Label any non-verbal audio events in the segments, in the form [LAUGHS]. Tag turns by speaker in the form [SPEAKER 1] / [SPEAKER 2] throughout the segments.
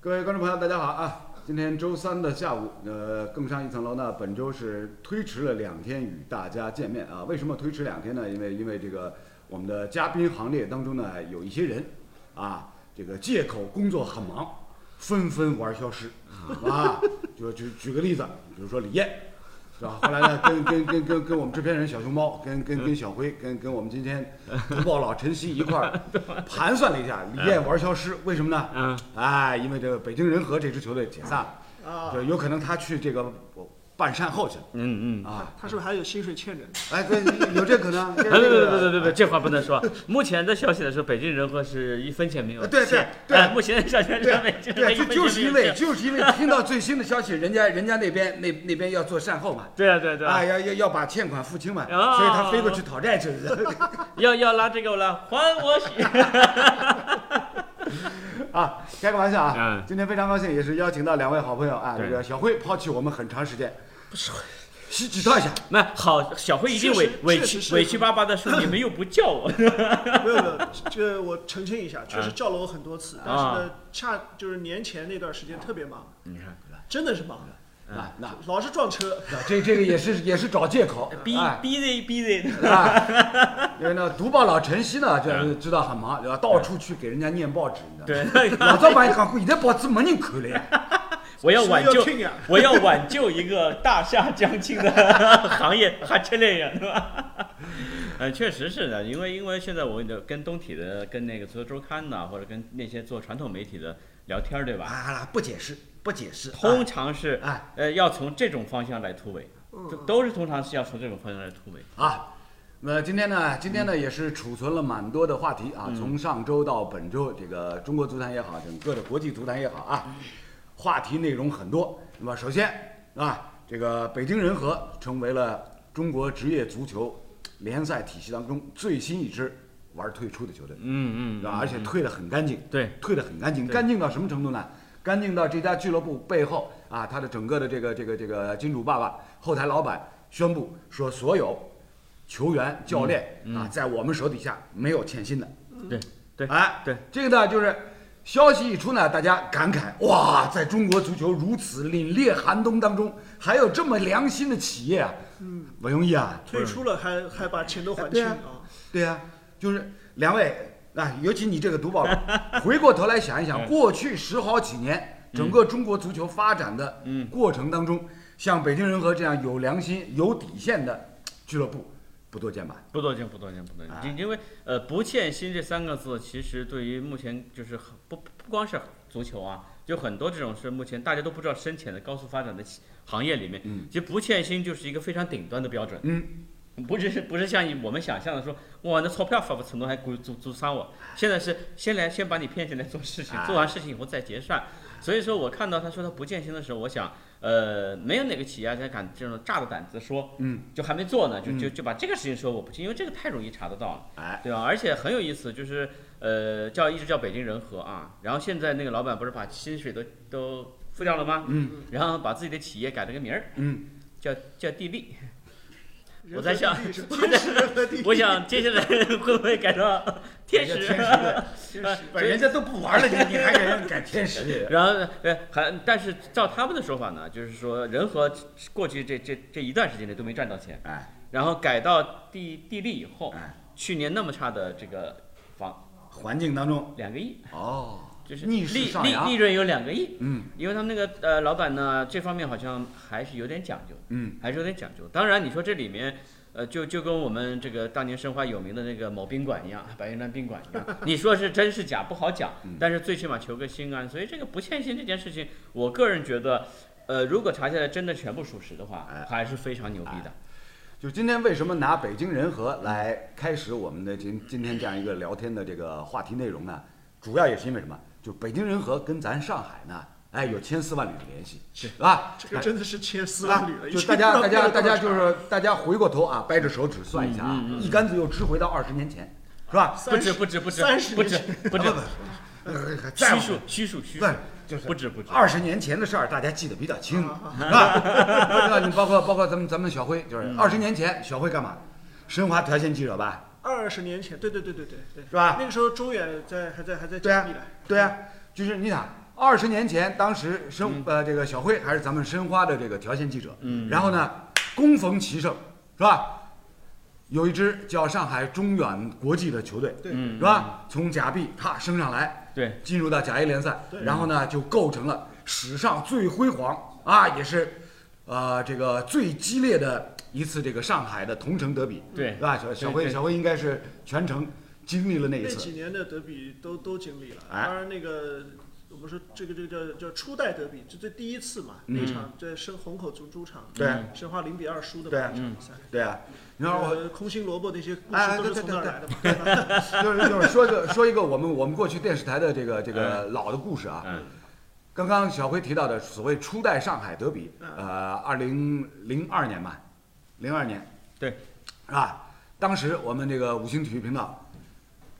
[SPEAKER 1] 各位观众朋友，大家好啊！今天周三的下午，呃，更上一层楼呢，本周是推迟了两天与大家见面啊。为什么推迟两天呢？因为因为这个我们的嘉宾行列当中呢，有一些人啊，这个借口工作很忙，纷纷玩消失啊。就举举个例子，比如说李艳。是吧？后来呢， [LAUGHS] 跟跟跟跟跟我们制片人小熊猫，跟跟跟小辉，跟跟我们今天读报老晨曦一块
[SPEAKER 2] [LAUGHS]
[SPEAKER 1] 儿盘算了一下，李艳玩消失，为什么呢？
[SPEAKER 2] 嗯，
[SPEAKER 1] 哎，因为这个北京人和这支球队解散了，啊，有可能他去这个办善后去了
[SPEAKER 2] 嗯嗯，
[SPEAKER 1] 啊，
[SPEAKER 3] 他是不是还有薪水欠
[SPEAKER 2] [LAUGHS]
[SPEAKER 3] 着呢？
[SPEAKER 1] 哎，对，有这可能，这
[SPEAKER 2] 别
[SPEAKER 1] 个
[SPEAKER 2] 别
[SPEAKER 1] 这
[SPEAKER 2] 别
[SPEAKER 1] 个啊
[SPEAKER 2] 别别别，这话不能说。 [LAUGHS] 目前的消息来说，北京人和是一分钱没有
[SPEAKER 1] 呃
[SPEAKER 2] 欠。
[SPEAKER 1] 对对
[SPEAKER 2] 哎
[SPEAKER 1] 对
[SPEAKER 2] 目前的消息来说，北京
[SPEAKER 1] 对对，
[SPEAKER 2] 人一分
[SPEAKER 1] 就
[SPEAKER 2] 钱
[SPEAKER 1] 就是因
[SPEAKER 2] 没
[SPEAKER 1] 为
[SPEAKER 2] 有 [LAUGHS] 欠
[SPEAKER 1] 就是因为听到最新的消息，人家人家那边那那边要做善后嘛，
[SPEAKER 2] 对啊对啊对啊
[SPEAKER 1] 啊，要要要把欠款付清嘛，
[SPEAKER 2] 啊
[SPEAKER 1] 所以他飞过去讨债去了。
[SPEAKER 2] 要要拉这个了，还
[SPEAKER 1] [LAUGHS]
[SPEAKER 2] 我血。
[SPEAKER 1] 啊，开个玩笑啊！
[SPEAKER 2] 嗯
[SPEAKER 1] 今天非常高兴，也是邀请到两位好朋友啊，
[SPEAKER 2] 对
[SPEAKER 1] 这个小辉抛弃我们很长时间，不是，洗几道一下，
[SPEAKER 2] 那好，小慧一定委
[SPEAKER 3] 确实
[SPEAKER 2] 委
[SPEAKER 3] 确实
[SPEAKER 2] 屈
[SPEAKER 3] 是
[SPEAKER 2] 委屈巴巴
[SPEAKER 1] [LAUGHS]
[SPEAKER 2] 的说，你们又不叫我。
[SPEAKER 1] 哎
[SPEAKER 3] 没有没有，这我澄清一
[SPEAKER 2] 嗯
[SPEAKER 3] 下，确实叫了我很多次，但是呢，恰就是年前那段时间特别忙，
[SPEAKER 2] 啊你看，
[SPEAKER 3] 真的是忙，
[SPEAKER 2] 嗯
[SPEAKER 1] 那啊那
[SPEAKER 3] 老是撞车。
[SPEAKER 1] 那这这个也是 [LAUGHS] 也是找借口，
[SPEAKER 2] 逼
[SPEAKER 1] 哎
[SPEAKER 2] 逼的逼的，
[SPEAKER 1] 啊， [LAUGHS] 因为呢，读报老晨曦呢，就是知道很忙，对吧？到处去给人家念报纸，你知道吗？
[SPEAKER 2] 对， [LAUGHS]
[SPEAKER 1] 老早把你讲过，现在报纸没人看了呀。
[SPEAKER 2] 我要挽
[SPEAKER 3] 是不
[SPEAKER 2] 救嗯
[SPEAKER 3] 是要听呀，
[SPEAKER 2] 我要挽救一个大厦将倾 [LAUGHS] 的行业，哈切类人，对吧？ [LAUGHS] 呃，确实是的，因为因为现在我的跟东体的、跟那个足球周刊呐、或者跟那些做传统媒体的聊天儿，对吧？
[SPEAKER 1] 啊，不解释，不解释。
[SPEAKER 2] 通常是
[SPEAKER 1] 哎
[SPEAKER 2] 呃要从这种方向来突围，都都是通常是要从这种方向来突围。
[SPEAKER 1] 啊，那今天呢，今天呢也是储存了蛮多的话题啊，从上周到本周，这个中国足坛也好，整个的国际足坛也好啊，话题内容很多。那么首先啊，这个北京人和成为了中国职业足球联赛体系当中最新一支玩退出的球队，
[SPEAKER 2] 嗯
[SPEAKER 1] 是吧？而且退得很干净，
[SPEAKER 2] 对
[SPEAKER 1] 退得很干净，干净到什么程度呢？干净到这家俱乐部背后啊，他的整个的这个这个这个金主爸爸后台老板宣布说，所有球员、教练啊，在我们手底下没有欠薪的。
[SPEAKER 2] 嗯对嗯对
[SPEAKER 1] 哎，
[SPEAKER 2] 对，
[SPEAKER 1] 这个呢就是消息一出呢，大家感慨哇，在中国足球如此凛冽寒冬当中，还有这么良心的企业啊，嗯，不容易啊。
[SPEAKER 3] 退出了还还把钱都还
[SPEAKER 1] 对
[SPEAKER 3] 清
[SPEAKER 1] 啊
[SPEAKER 3] 啊！
[SPEAKER 1] 对呀、就是两位啊，尤其你这个读
[SPEAKER 2] [LAUGHS]
[SPEAKER 1] 报佬，回过头来想一
[SPEAKER 2] 哎
[SPEAKER 1] 想，过去十好几年
[SPEAKER 2] 嗯
[SPEAKER 1] 整个中国足球发展的过程当中，像北京人和这样有良心、有底线的俱乐部不多见吧？
[SPEAKER 2] 不多见，不多见，不多见。因为呃，不欠薪这三个字，其实对于目前就是很不不光是足球啊，就很多这种是目前大家都不知道深浅的高速发展的企行业里面，其实不欠薪就是一个非常顶端的标准。
[SPEAKER 1] 嗯，
[SPEAKER 2] 不是不是像我们想象的说，哇，那钞票发不成都还鼓足足伤我。现在是先来先把你骗进来做事情
[SPEAKER 1] 哎，
[SPEAKER 2] 做完事情以后再结算。所以说我看到他说他不欠薪的时候，我想，呃，没有哪个企业家敢这种大着胆子说，
[SPEAKER 1] 嗯，
[SPEAKER 2] 就还没做呢，就就就把这个事情说我不清，因为这个太容易查得到了，
[SPEAKER 1] 哎，
[SPEAKER 2] 对吧？而且很有意思，就是呃，叫一直叫北京人和啊，然后现在那个老板不是把薪水都都付掉了吗？
[SPEAKER 1] 嗯，
[SPEAKER 2] 然后把自己的企业改了个名儿，
[SPEAKER 1] 嗯，
[SPEAKER 2] 叫叫地利。
[SPEAKER 3] 人
[SPEAKER 2] 我在
[SPEAKER 3] 和
[SPEAKER 2] 想
[SPEAKER 3] 地是天时人和地，
[SPEAKER 2] [LAUGHS]
[SPEAKER 1] [LAUGHS]
[SPEAKER 2] 我想接下来会不会改 [LAUGHS] 到哎天
[SPEAKER 1] 人家队，
[SPEAKER 2] 使？ [LAUGHS]
[SPEAKER 3] 天
[SPEAKER 2] 呃
[SPEAKER 3] 时
[SPEAKER 1] 不是人家都不玩了，你你
[SPEAKER 2] [LAUGHS]
[SPEAKER 1] 还给人改天使？
[SPEAKER 2] 然后呃，还但是照他们的说法呢，就是说人和过去这这这一段时间内都没赚到钱，
[SPEAKER 1] 哎，
[SPEAKER 2] 然后改到地地利以后
[SPEAKER 1] 哎，
[SPEAKER 2] 去年那么差的这个房
[SPEAKER 1] 环境当中
[SPEAKER 2] 两个亿。
[SPEAKER 1] 哦，
[SPEAKER 2] 就是
[SPEAKER 1] 逆
[SPEAKER 2] 利
[SPEAKER 1] 势
[SPEAKER 2] 利
[SPEAKER 1] 上扬
[SPEAKER 2] 利润有两个亿，
[SPEAKER 1] 嗯
[SPEAKER 2] 因为他们那个呃老板呢，这方面好像还是有点讲究，
[SPEAKER 1] 嗯，
[SPEAKER 2] 还是有点讲究。当然，你说这里面，呃，就就跟我们这个当年申花有名的那个某宾馆一样，白云山宾馆一
[SPEAKER 1] [LAUGHS]
[SPEAKER 2] 样，你说是真是假不好讲，
[SPEAKER 1] 嗯
[SPEAKER 2] 但是最起码求个心安。所以这个不欠薪这件事情，我个人觉得，呃，如果查下来真的全部属实的话
[SPEAKER 1] 哎，
[SPEAKER 2] 还是非常牛逼的。
[SPEAKER 1] 就今天为什么拿北京人和来开始我们的今今天这样一个聊天的这个话题内容呢？主要也是因为什么？就北京人和跟咱上海呢，哎，有千丝万缕的联系，是吧？
[SPEAKER 2] [LAUGHS]
[SPEAKER 3] 这个真的是千丝
[SPEAKER 1] 啊
[SPEAKER 3] 万缕了，已
[SPEAKER 1] 就
[SPEAKER 3] 经
[SPEAKER 1] 大家
[SPEAKER 3] 不
[SPEAKER 1] 大
[SPEAKER 3] 知道
[SPEAKER 1] 家
[SPEAKER 3] 变了
[SPEAKER 1] 大
[SPEAKER 3] 多少嗯
[SPEAKER 1] 家就是大家回过头啊，掰着手指算一下啊，一竿子又支回到二十年前，是吧？
[SPEAKER 2] 不止不止不止
[SPEAKER 3] 三十
[SPEAKER 2] 不止
[SPEAKER 3] 年
[SPEAKER 2] 不止，
[SPEAKER 1] 再
[SPEAKER 3] 呃
[SPEAKER 2] 虚数虚数虚数
[SPEAKER 1] 对，就是
[SPEAKER 2] 不止不止。
[SPEAKER 1] 二十年前的事儿，大家记得比较清，
[SPEAKER 3] 啊
[SPEAKER 1] 是吧？ [LAUGHS] 是吧？你包括包括咱们咱们小辉，
[SPEAKER 3] 嗯
[SPEAKER 1] 就是二十年前小辉干嘛？申花条线记者吧，
[SPEAKER 3] 啊二十年前，对对对对对对，
[SPEAKER 1] 是吧
[SPEAKER 3] 那个时候中远在还在还在
[SPEAKER 1] 对
[SPEAKER 3] 加
[SPEAKER 1] 啊
[SPEAKER 3] 密呢，，
[SPEAKER 1] 对啊，就是你想，二十年前，当时申、呃这个小辉还是咱们申花的这个条线记者，
[SPEAKER 2] 嗯
[SPEAKER 1] 然后呢，攻逢其胜，是吧？有一支叫上海中远国际的球队，
[SPEAKER 3] 对
[SPEAKER 2] 嗯，
[SPEAKER 1] 是吧？从甲 B 咔升上来，
[SPEAKER 2] 对，
[SPEAKER 1] 进入到甲 A 联赛，
[SPEAKER 3] 对
[SPEAKER 1] 然后呢就构成了史上最辉煌啊，也是，呃，这个最激烈的一次这个上海的同城德比，
[SPEAKER 2] 对
[SPEAKER 1] 对吧？小小
[SPEAKER 2] 对
[SPEAKER 1] 辉
[SPEAKER 2] 对
[SPEAKER 1] 小辉应该是全程经历了那一
[SPEAKER 3] 那
[SPEAKER 1] 次
[SPEAKER 3] 几，年的德比都都经历了，
[SPEAKER 1] 哎
[SPEAKER 3] 当然那个我们说这个这个叫叫初代德比，就这第一次嘛，
[SPEAKER 1] 嗯
[SPEAKER 3] 那场在申虹口足主场，
[SPEAKER 1] 对
[SPEAKER 2] 嗯
[SPEAKER 3] 申花零比二输的
[SPEAKER 1] 对
[SPEAKER 3] 嘛那场比赛。
[SPEAKER 1] 对啊，你让我
[SPEAKER 3] 呃空心萝卜那些故
[SPEAKER 1] 哎
[SPEAKER 3] 事都是
[SPEAKER 1] 对对
[SPEAKER 3] 从那儿
[SPEAKER 1] 对
[SPEAKER 3] 来的嘛，对吧？
[SPEAKER 1] [LAUGHS] 就是就是说一个说一个我们我们过去电视台的这个这个老的故事啊，
[SPEAKER 2] 嗯
[SPEAKER 1] 刚刚小辉提到的所谓初代上海德比，
[SPEAKER 3] 嗯
[SPEAKER 1] 呃，二零零二年吧，零二年，
[SPEAKER 2] 对，
[SPEAKER 1] 是吧？当时我们这个五星体育频道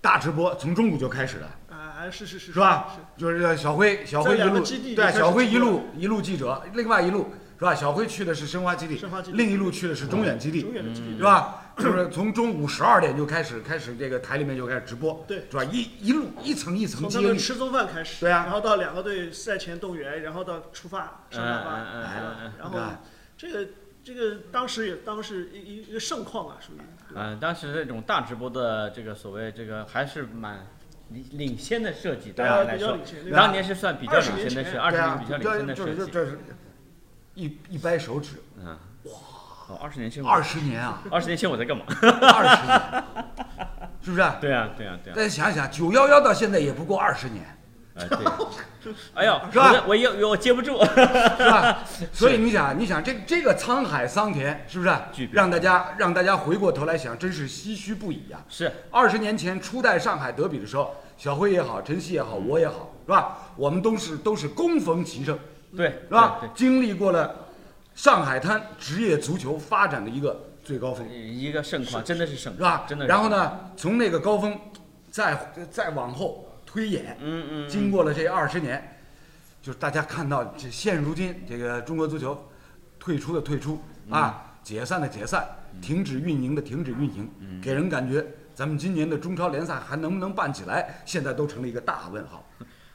[SPEAKER 1] 大直播从中午就开始了，
[SPEAKER 3] 啊，是是是，
[SPEAKER 1] 是吧？就是小辉，小辉一
[SPEAKER 3] 在两
[SPEAKER 1] 路
[SPEAKER 3] 个基地就
[SPEAKER 1] 对
[SPEAKER 3] 开始
[SPEAKER 1] 小辉
[SPEAKER 3] 直
[SPEAKER 1] 一
[SPEAKER 3] 播
[SPEAKER 1] 路一路记者，另外一路是吧？小辉去的是申花基地
[SPEAKER 3] 申花基，地
[SPEAKER 1] 另一路去的是中远基
[SPEAKER 3] 是？
[SPEAKER 1] 地
[SPEAKER 3] 永，远的距
[SPEAKER 2] 嗯
[SPEAKER 3] 离
[SPEAKER 1] 是？吧？就是从中午十二点就开始开始这个台里面就开始直播，
[SPEAKER 3] 对
[SPEAKER 1] 是吧？一一路一层一层
[SPEAKER 3] 从他
[SPEAKER 1] 接
[SPEAKER 3] 们
[SPEAKER 1] 力，
[SPEAKER 3] 吃中饭开始，
[SPEAKER 1] 对啊
[SPEAKER 3] 然后到两个队赛前动员，然后到出发上大巴，
[SPEAKER 2] 嗯嗯嗯
[SPEAKER 3] 是吧
[SPEAKER 2] 嗯嗯
[SPEAKER 3] 然后
[SPEAKER 1] 嗯
[SPEAKER 3] 这个这个当时也当时一一一个盛况啊，属于
[SPEAKER 2] 嗯，当时这种大直播的这个所谓这个还是蛮领领先的设计，对
[SPEAKER 3] 大
[SPEAKER 1] 啊
[SPEAKER 2] 我
[SPEAKER 3] 家
[SPEAKER 2] 来
[SPEAKER 3] 比较
[SPEAKER 2] 说
[SPEAKER 3] 领，先，对吧
[SPEAKER 2] 当年是算比较
[SPEAKER 3] 20
[SPEAKER 2] 领先的
[SPEAKER 3] 年
[SPEAKER 2] 设，
[SPEAKER 3] 前
[SPEAKER 2] 二
[SPEAKER 1] 对
[SPEAKER 2] 十年
[SPEAKER 1] 啊，
[SPEAKER 2] 比较领先的
[SPEAKER 1] 这
[SPEAKER 2] 设
[SPEAKER 1] 这
[SPEAKER 2] 计，
[SPEAKER 1] 这是一一掰手指，
[SPEAKER 2] 嗯，哇，二十年前我
[SPEAKER 1] 二十年啊，
[SPEAKER 2] 二十年前我在干嘛？ [LAUGHS]
[SPEAKER 1] 二十年，是不是啊？
[SPEAKER 2] 对啊，对啊，对啊，
[SPEAKER 1] 大家想想，九幺幺到现在也不过二十年，
[SPEAKER 2] 哎对，哎呦，
[SPEAKER 1] 是吧
[SPEAKER 2] 我的我又我接不住， [LAUGHS]
[SPEAKER 1] 是吧？所以你想，你想这这个沧海桑田，是不是啊
[SPEAKER 2] 巨？变
[SPEAKER 1] 让大家让大家回过头来想，真是唏嘘不已啊！
[SPEAKER 2] 是
[SPEAKER 1] 二十年前初代上海德比的时候，小辉也好，晨曦也好，我也好，是吧？我们都是都是攻逢其胜，
[SPEAKER 2] 对，
[SPEAKER 1] 是
[SPEAKER 2] 是
[SPEAKER 1] 吧
[SPEAKER 2] 对，？
[SPEAKER 1] 经历过了上海滩职业足球发展的一个最高峰，
[SPEAKER 2] 一个盛况，真的是盛
[SPEAKER 1] 是吧
[SPEAKER 2] 况，？真的。
[SPEAKER 1] 然后？呢，从那个高峰再再往后推演，
[SPEAKER 2] 嗯嗯，
[SPEAKER 1] 经过了这二十年，就是大家看到这现如今这个中国足球退出的退出
[SPEAKER 2] 嗯
[SPEAKER 1] 啊，解散的解散，停止运营的停止运
[SPEAKER 2] 嗯
[SPEAKER 1] 营，给人感觉咱们今年的中超联赛还能不能办起来，现在都成了一个大问号，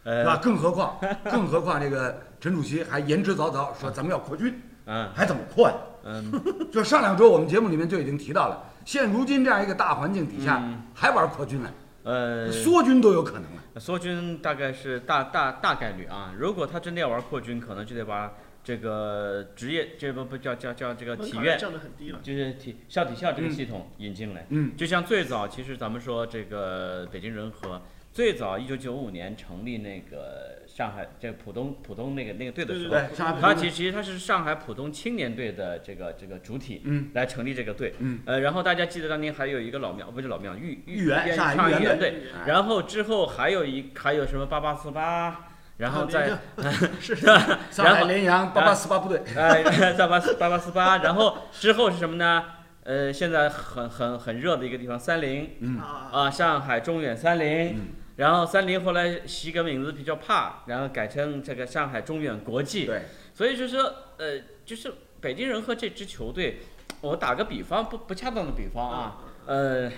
[SPEAKER 1] 是吧？
[SPEAKER 2] [LAUGHS] 呃，
[SPEAKER 1] 更何况，更何况这个陈主席还言之凿凿说咱们要扩军，
[SPEAKER 2] [LAUGHS] 嗯
[SPEAKER 1] 还怎么扩呀？
[SPEAKER 2] 嗯，
[SPEAKER 1] [LAUGHS] 就上两周我们节目里面就已经提到了，现如今这样一个大环境底下
[SPEAKER 2] 嗯，
[SPEAKER 1] 还玩扩军呢，
[SPEAKER 2] 呃，
[SPEAKER 1] 缩军都有可能了。
[SPEAKER 2] 缩军大概是大大大概率啊，如果他真的要玩扩军，可能就得把这个职业这不不叫叫叫这个
[SPEAKER 1] 呃
[SPEAKER 3] 门
[SPEAKER 2] 体
[SPEAKER 3] 槛
[SPEAKER 2] 院，
[SPEAKER 3] 降得很低了。
[SPEAKER 2] 就是体校体校这个系统引进来。
[SPEAKER 1] 嗯，
[SPEAKER 2] 就像最早，其实咱们说这个北京人和最早一九九五年成立那个上海这浦东浦东那个那个队的时候，
[SPEAKER 1] 对，上海浦
[SPEAKER 2] 它
[SPEAKER 1] 东
[SPEAKER 2] 其实它是上海浦东青年队的这个这个主体，
[SPEAKER 1] 嗯，
[SPEAKER 2] 来成立这个队，
[SPEAKER 1] 嗯，
[SPEAKER 2] 呃，然后大家记得当年还有一个老庙，不是老庙，豫
[SPEAKER 1] 豫园上海
[SPEAKER 2] 上
[SPEAKER 1] 豫园
[SPEAKER 2] 园
[SPEAKER 3] 队
[SPEAKER 2] 队
[SPEAKER 3] 豫，
[SPEAKER 1] 园
[SPEAKER 2] 然后之后还有一还有什么八八四八，然后再
[SPEAKER 3] 啊
[SPEAKER 1] [LAUGHS]
[SPEAKER 3] [LAUGHS] 是
[SPEAKER 1] 上海
[SPEAKER 2] 然后
[SPEAKER 1] 联阳八八四八部队，
[SPEAKER 2] 呃，八八八八四八，然后之后是什么呢？呃，现在很很很热的一个地方，三菱
[SPEAKER 1] 嗯
[SPEAKER 3] 啊，
[SPEAKER 2] 啊，上海中远三菱，然后三菱后来起个名字比较怕，然后改成这个上海中远国际，
[SPEAKER 1] 对，
[SPEAKER 2] 所以就是说，呃，就是北京人和这支球队，我打个比方，不不恰当的比方啊，呃，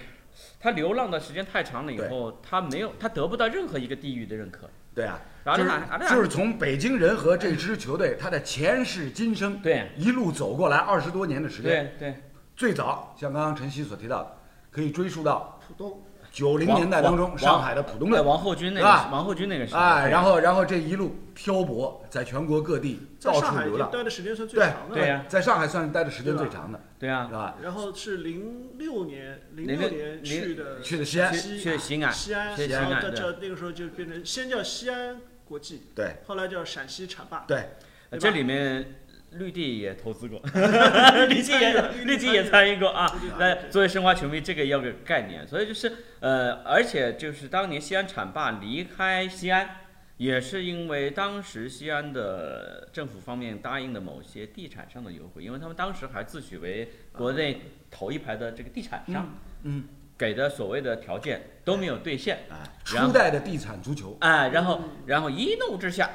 [SPEAKER 2] 他流浪的时间太长了以
[SPEAKER 1] 嗯对
[SPEAKER 2] 后，他没有，他得不到任何一个地域的认可。
[SPEAKER 1] 对啊，
[SPEAKER 2] 然后
[SPEAKER 1] 就
[SPEAKER 2] 呢
[SPEAKER 1] 是
[SPEAKER 2] 啊那
[SPEAKER 1] 就是从北京人和这支球队他的前世今生，
[SPEAKER 2] 对
[SPEAKER 1] 一路走过来二十多年的时间，
[SPEAKER 2] 对对，
[SPEAKER 1] 最早像刚刚晨曦所提到的，可以追溯到
[SPEAKER 3] 浦东
[SPEAKER 1] 九零年代当中上海的浦东
[SPEAKER 2] 哎
[SPEAKER 1] 队，
[SPEAKER 2] 王后军那
[SPEAKER 1] 是吧
[SPEAKER 2] 个王后军那个时候，
[SPEAKER 1] 哎，
[SPEAKER 2] 对
[SPEAKER 1] 然后然后这一路漂泊在全国各地
[SPEAKER 3] 在
[SPEAKER 1] 到
[SPEAKER 3] 上
[SPEAKER 1] 处
[SPEAKER 3] 海已
[SPEAKER 1] 流
[SPEAKER 3] 经
[SPEAKER 1] 浪，
[SPEAKER 3] 待的时间算最
[SPEAKER 1] 对
[SPEAKER 3] 长的，
[SPEAKER 2] 对呀
[SPEAKER 1] 在上海算是待的时间最长的，
[SPEAKER 2] 对啊
[SPEAKER 1] 是，吧？
[SPEAKER 3] 然后是零六年，零
[SPEAKER 2] 零
[SPEAKER 3] 六
[SPEAKER 2] 六
[SPEAKER 3] 年
[SPEAKER 2] 零
[SPEAKER 3] 去的
[SPEAKER 1] 去的西安
[SPEAKER 2] 去去西安
[SPEAKER 3] 西安，
[SPEAKER 2] 去西
[SPEAKER 3] 然后
[SPEAKER 2] 安
[SPEAKER 3] 到
[SPEAKER 2] 对
[SPEAKER 3] 这那个时候就变成先叫西安国际，
[SPEAKER 1] 对
[SPEAKER 3] 后来叫陕西浐
[SPEAKER 2] [LAUGHS]
[SPEAKER 3] 灞，
[SPEAKER 1] 对，
[SPEAKER 2] 呃
[SPEAKER 3] 对吧
[SPEAKER 2] 这里面绿地也投资 [LAUGHS] 过，绿地
[SPEAKER 3] 参与
[SPEAKER 2] 也
[SPEAKER 3] 了
[SPEAKER 2] 绿地
[SPEAKER 3] 绿地参与
[SPEAKER 2] 也
[SPEAKER 3] 了
[SPEAKER 2] 参与过啊
[SPEAKER 3] 绿地。参与
[SPEAKER 2] 那
[SPEAKER 3] 了
[SPEAKER 2] 作为申花球迷，这个要有概念，所以就是呃，而且就是当年西安浐灞离开西安。也是因为当时西安的政府方面答应的某些地产上的优惠，因为他们当时还自诩为国内头一排的这个地产商，
[SPEAKER 1] 嗯，
[SPEAKER 2] 给的所谓的条件都没有兑现，
[SPEAKER 1] 哎，
[SPEAKER 2] 然后
[SPEAKER 1] 初代的地产足球，
[SPEAKER 2] 哎，然
[SPEAKER 3] 嗯
[SPEAKER 2] 后然后一怒之下，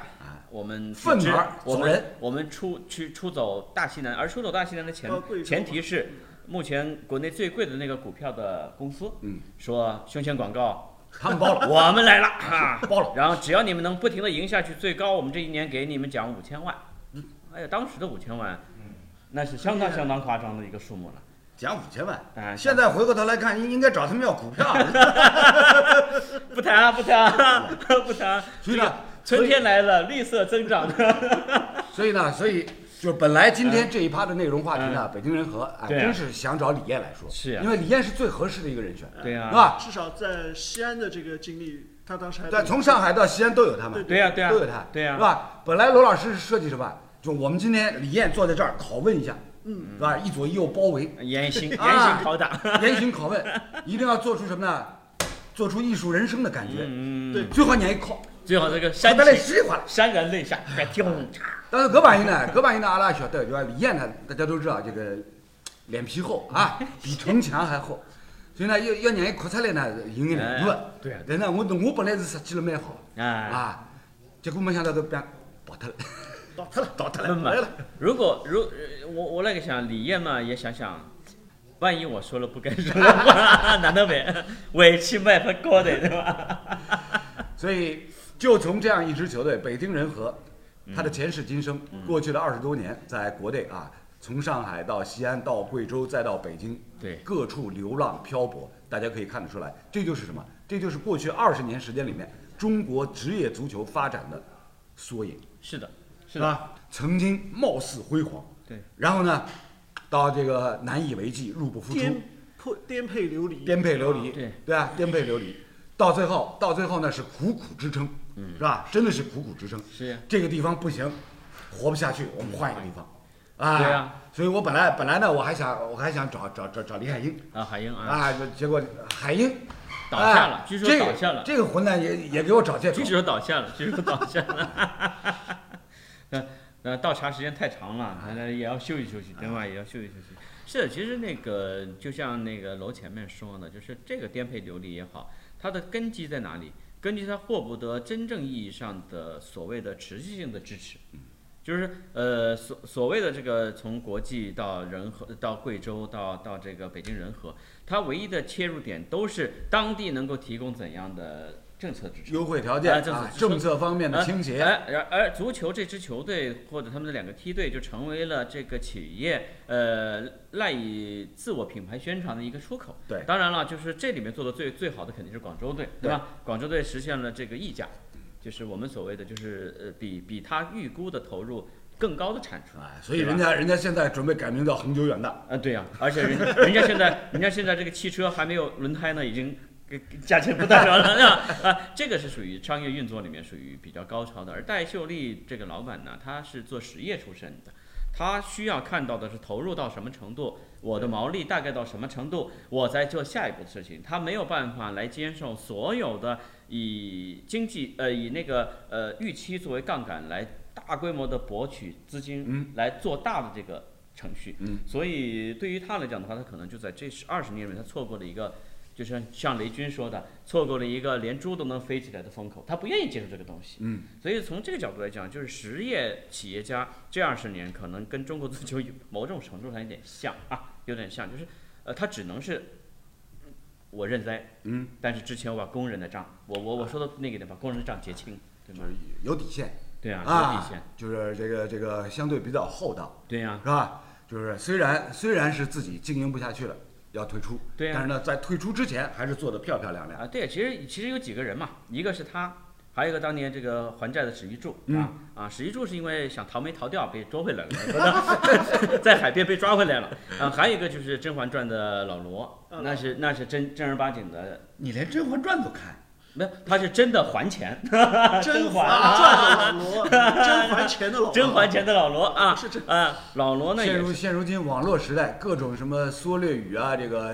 [SPEAKER 2] 我们去
[SPEAKER 1] 愤
[SPEAKER 2] 支
[SPEAKER 1] 啊而
[SPEAKER 2] 我
[SPEAKER 1] 走
[SPEAKER 2] 们
[SPEAKER 1] 人
[SPEAKER 2] 我们出去出走大西南，而出走大西南的前
[SPEAKER 3] 到贵州嗯
[SPEAKER 2] 前
[SPEAKER 3] 嘛
[SPEAKER 2] 提是，目前国内最贵的那个股票的公司，
[SPEAKER 1] 嗯，
[SPEAKER 2] 说胸前广告
[SPEAKER 1] 他们包了，
[SPEAKER 2] 我们来了啊！
[SPEAKER 1] 包了。
[SPEAKER 2] 然后只要你们能不停的赢下去，最高我们这一年给你们奖五千万。
[SPEAKER 1] 嗯
[SPEAKER 2] 哎呀，当时的五千万，那是相当相当夸张的一个数目了。
[SPEAKER 1] 奖五千万。
[SPEAKER 2] 哎，
[SPEAKER 1] 现在回过头来看，应应该找他们要股
[SPEAKER 2] [LAUGHS]
[SPEAKER 1] 票。
[SPEAKER 2] 不谈啊，不谈啊，不谈。
[SPEAKER 1] 所以呢，
[SPEAKER 2] 春天来了，绿色增长的。
[SPEAKER 1] 所以呢，所以就是本来今天这一趴的内容话题呢，北京人和啊，
[SPEAKER 2] 对啊
[SPEAKER 1] 真是想找李艳来说，
[SPEAKER 2] 是啊
[SPEAKER 1] 因为李艳是最合适的一个人选，
[SPEAKER 2] 对
[SPEAKER 1] 是
[SPEAKER 2] 啊，
[SPEAKER 1] 吧？
[SPEAKER 3] 至少在西安的这个经历，他当时还
[SPEAKER 1] 对，从上海到西安都有他们，
[SPEAKER 2] 对啊呀，对呀
[SPEAKER 1] 都有他，，
[SPEAKER 2] 对呀
[SPEAKER 1] 是。吧？本来罗老师是设计什么？就我们今天李艳坐在这儿拷问一下，
[SPEAKER 3] 嗯，
[SPEAKER 1] 是吧？一左一右包围，
[SPEAKER 2] [LAUGHS] 严刑严
[SPEAKER 1] 啊
[SPEAKER 2] 刑拷打，
[SPEAKER 1] 严刑拷问，一定要做出什么呢？做出艺术人生的感觉，
[SPEAKER 2] 嗯，
[SPEAKER 3] 对
[SPEAKER 1] 最好你还靠，
[SPEAKER 2] 最好这个
[SPEAKER 1] 好
[SPEAKER 2] 煽
[SPEAKER 1] 歹来
[SPEAKER 2] 情，
[SPEAKER 1] 实话了。
[SPEAKER 2] 潸然泪下，快听，
[SPEAKER 1] 但是搿朋友呢，搿朋友呢，阿拉晓得，对伐？李艳呢，大家都知道这个脸皮厚
[SPEAKER 2] [LAUGHS]
[SPEAKER 1] 啊，比城墙还厚，所以呢，要要让伊哭出来呢，有眼难度的。
[SPEAKER 2] 哎对啊
[SPEAKER 1] 但是呢，我我本来是设计了蛮好
[SPEAKER 2] 哎。
[SPEAKER 1] 啊，结果没想到搿边跑脱了，
[SPEAKER 3] 倒塌了，倒塌
[SPEAKER 2] 哎闷
[SPEAKER 3] 了，
[SPEAKER 2] 嘛
[SPEAKER 3] 来了。
[SPEAKER 2] 如果如呃我我那个想李艳嘛也想想，万一我说了不该说的话， [LAUGHS] 难道委委屈卖不过的对吧？
[SPEAKER 1] 所以就从这样一支球队，北京人和
[SPEAKER 2] 嗯
[SPEAKER 1] 他的前世今生，过去的二十多年，在国内啊，从上海到西安，到贵州，再到北京，
[SPEAKER 2] 对
[SPEAKER 1] 各处流浪漂泊，大家可以看得出来，这就是什么？这就是过去二十年时间里面中国职业足球发展的缩影，
[SPEAKER 2] 是的，是
[SPEAKER 1] 是
[SPEAKER 2] 的，
[SPEAKER 1] 吧？曾经貌似辉煌，
[SPEAKER 2] 对，
[SPEAKER 1] 然后呢，到这个难以为继，入不敷出，
[SPEAKER 3] 颠破颠沛流离，
[SPEAKER 1] 颠沛流离，
[SPEAKER 2] 哦对
[SPEAKER 1] 啊，颠沛流离，到最后到最后呢是苦苦支撑，是吧？真的是苦苦支撑。
[SPEAKER 2] 嗯是呀
[SPEAKER 1] 这个地方不行，活不下去，我们换一个地方，啊，
[SPEAKER 2] 对呀
[SPEAKER 1] 所以我本来本来呢我还想我还想找找找找李海英
[SPEAKER 2] 啊，海英啊，
[SPEAKER 1] 啊，结果海英
[SPEAKER 2] 倒下了
[SPEAKER 1] 哎
[SPEAKER 2] 据说
[SPEAKER 1] 这个
[SPEAKER 2] 倒下了
[SPEAKER 1] 这个混蛋也也给我找借口
[SPEAKER 2] 据，说倒下了，据说倒下了，那那倒茶时间太长了，那也要休息休息，对吧？也要休息休息。是的，其实那个就像那个楼前面说的，就是这个颠沛流离也好，它的根基在哪里？根据它获不得真正意义上的所谓的持续性的支持，就是呃所所谓的这个从国际到仁和到贵州到到这个北京仁和，它唯一的切入点都是当地能够提供怎样的政策支持。
[SPEAKER 1] 优惠条
[SPEAKER 2] 哎
[SPEAKER 1] 件
[SPEAKER 2] 这是
[SPEAKER 1] 啊，
[SPEAKER 2] 是
[SPEAKER 1] 政策方面的倾斜，
[SPEAKER 2] 哎，而而足球这支球队或者他们的两个梯队就成为了这个企业呃赖以自我品牌宣传的一个出口。
[SPEAKER 1] 对
[SPEAKER 2] 当然了，就是这里面做的最最好的肯定是广州队，
[SPEAKER 1] 对
[SPEAKER 2] 对吧？广州队实现了这个溢价，就是我们所谓的就是呃比比他预估的投入更高的产出。
[SPEAKER 1] 哎，所以
[SPEAKER 2] 对吧
[SPEAKER 1] 人家人家现在准备改名叫恒久远大，
[SPEAKER 2] 啊，对呀、而且人人家现在人家现在这个汽车还没有轮胎呢，已经给给价钱不代表了， [LAUGHS] 是吧？啊，这个是属于商业运作里面属于比较高超的。而戴秀丽这个老板呢，他是做实业出身的，他需要看到的是投入到什么程度，我的毛利大概到什么程度，我再做下一步的事情。他没有办法来接受所有的以经济呃以那个呃预期作为杠杆来大规模的博取资金
[SPEAKER 1] 嗯，
[SPEAKER 2] 来做大的这个程序。
[SPEAKER 1] 嗯，
[SPEAKER 2] 所以对于他来讲的话，他可能就在这十二十年里面，他错过了一个，就是像雷军说的，错过了一个连猪都能飞起来的风口，他不愿意接受这个东西。
[SPEAKER 1] 嗯，
[SPEAKER 2] 所以从这个角度来讲，就是实业企业家这二十年可能跟中国足球有某种程度上有点像啊，有点像，就是呃，他只能是我认栽，
[SPEAKER 1] 嗯，
[SPEAKER 2] 但是之前我把工人的账，我我我说的那个点，把工人的账结清，对
[SPEAKER 1] 就
[SPEAKER 2] 吗？
[SPEAKER 1] 是有底线
[SPEAKER 2] 对啊，有底
[SPEAKER 1] 啊
[SPEAKER 2] 线，，
[SPEAKER 1] 就是这个这个相对比啊较厚道。
[SPEAKER 2] 对呀、
[SPEAKER 1] 是吧？就是虽然虽然是自己经营不下去了，要退出，
[SPEAKER 2] 对呀
[SPEAKER 1] 但是呢，在退出之前还是做得漂漂亮亮。
[SPEAKER 2] 啊，对，其实其实有几个人嘛，一个是他，还有一个当年这个还债的史玉柱啊
[SPEAKER 1] 嗯
[SPEAKER 2] 啊，史玉柱是因为想逃没逃掉被捉回来了， [LAUGHS] 在海边被抓回来了啊，还有一个就是《甄嬛传》的老罗，
[SPEAKER 3] 啊
[SPEAKER 2] 那是那是真正儿八经的，
[SPEAKER 1] 你连《甄嬛传》都看，
[SPEAKER 2] 没有他是真的还钱， [LAUGHS]
[SPEAKER 3] 啊甄
[SPEAKER 2] 嬛
[SPEAKER 3] 嬛传的
[SPEAKER 2] [LAUGHS]
[SPEAKER 3] 老罗，甄嬛前的老罗，
[SPEAKER 2] 真还钱的老罗啊
[SPEAKER 3] 是这
[SPEAKER 2] 啊，老罗呢也
[SPEAKER 1] 现如
[SPEAKER 2] 是
[SPEAKER 1] 现如今网络时代，各种什么缩略语啊，这个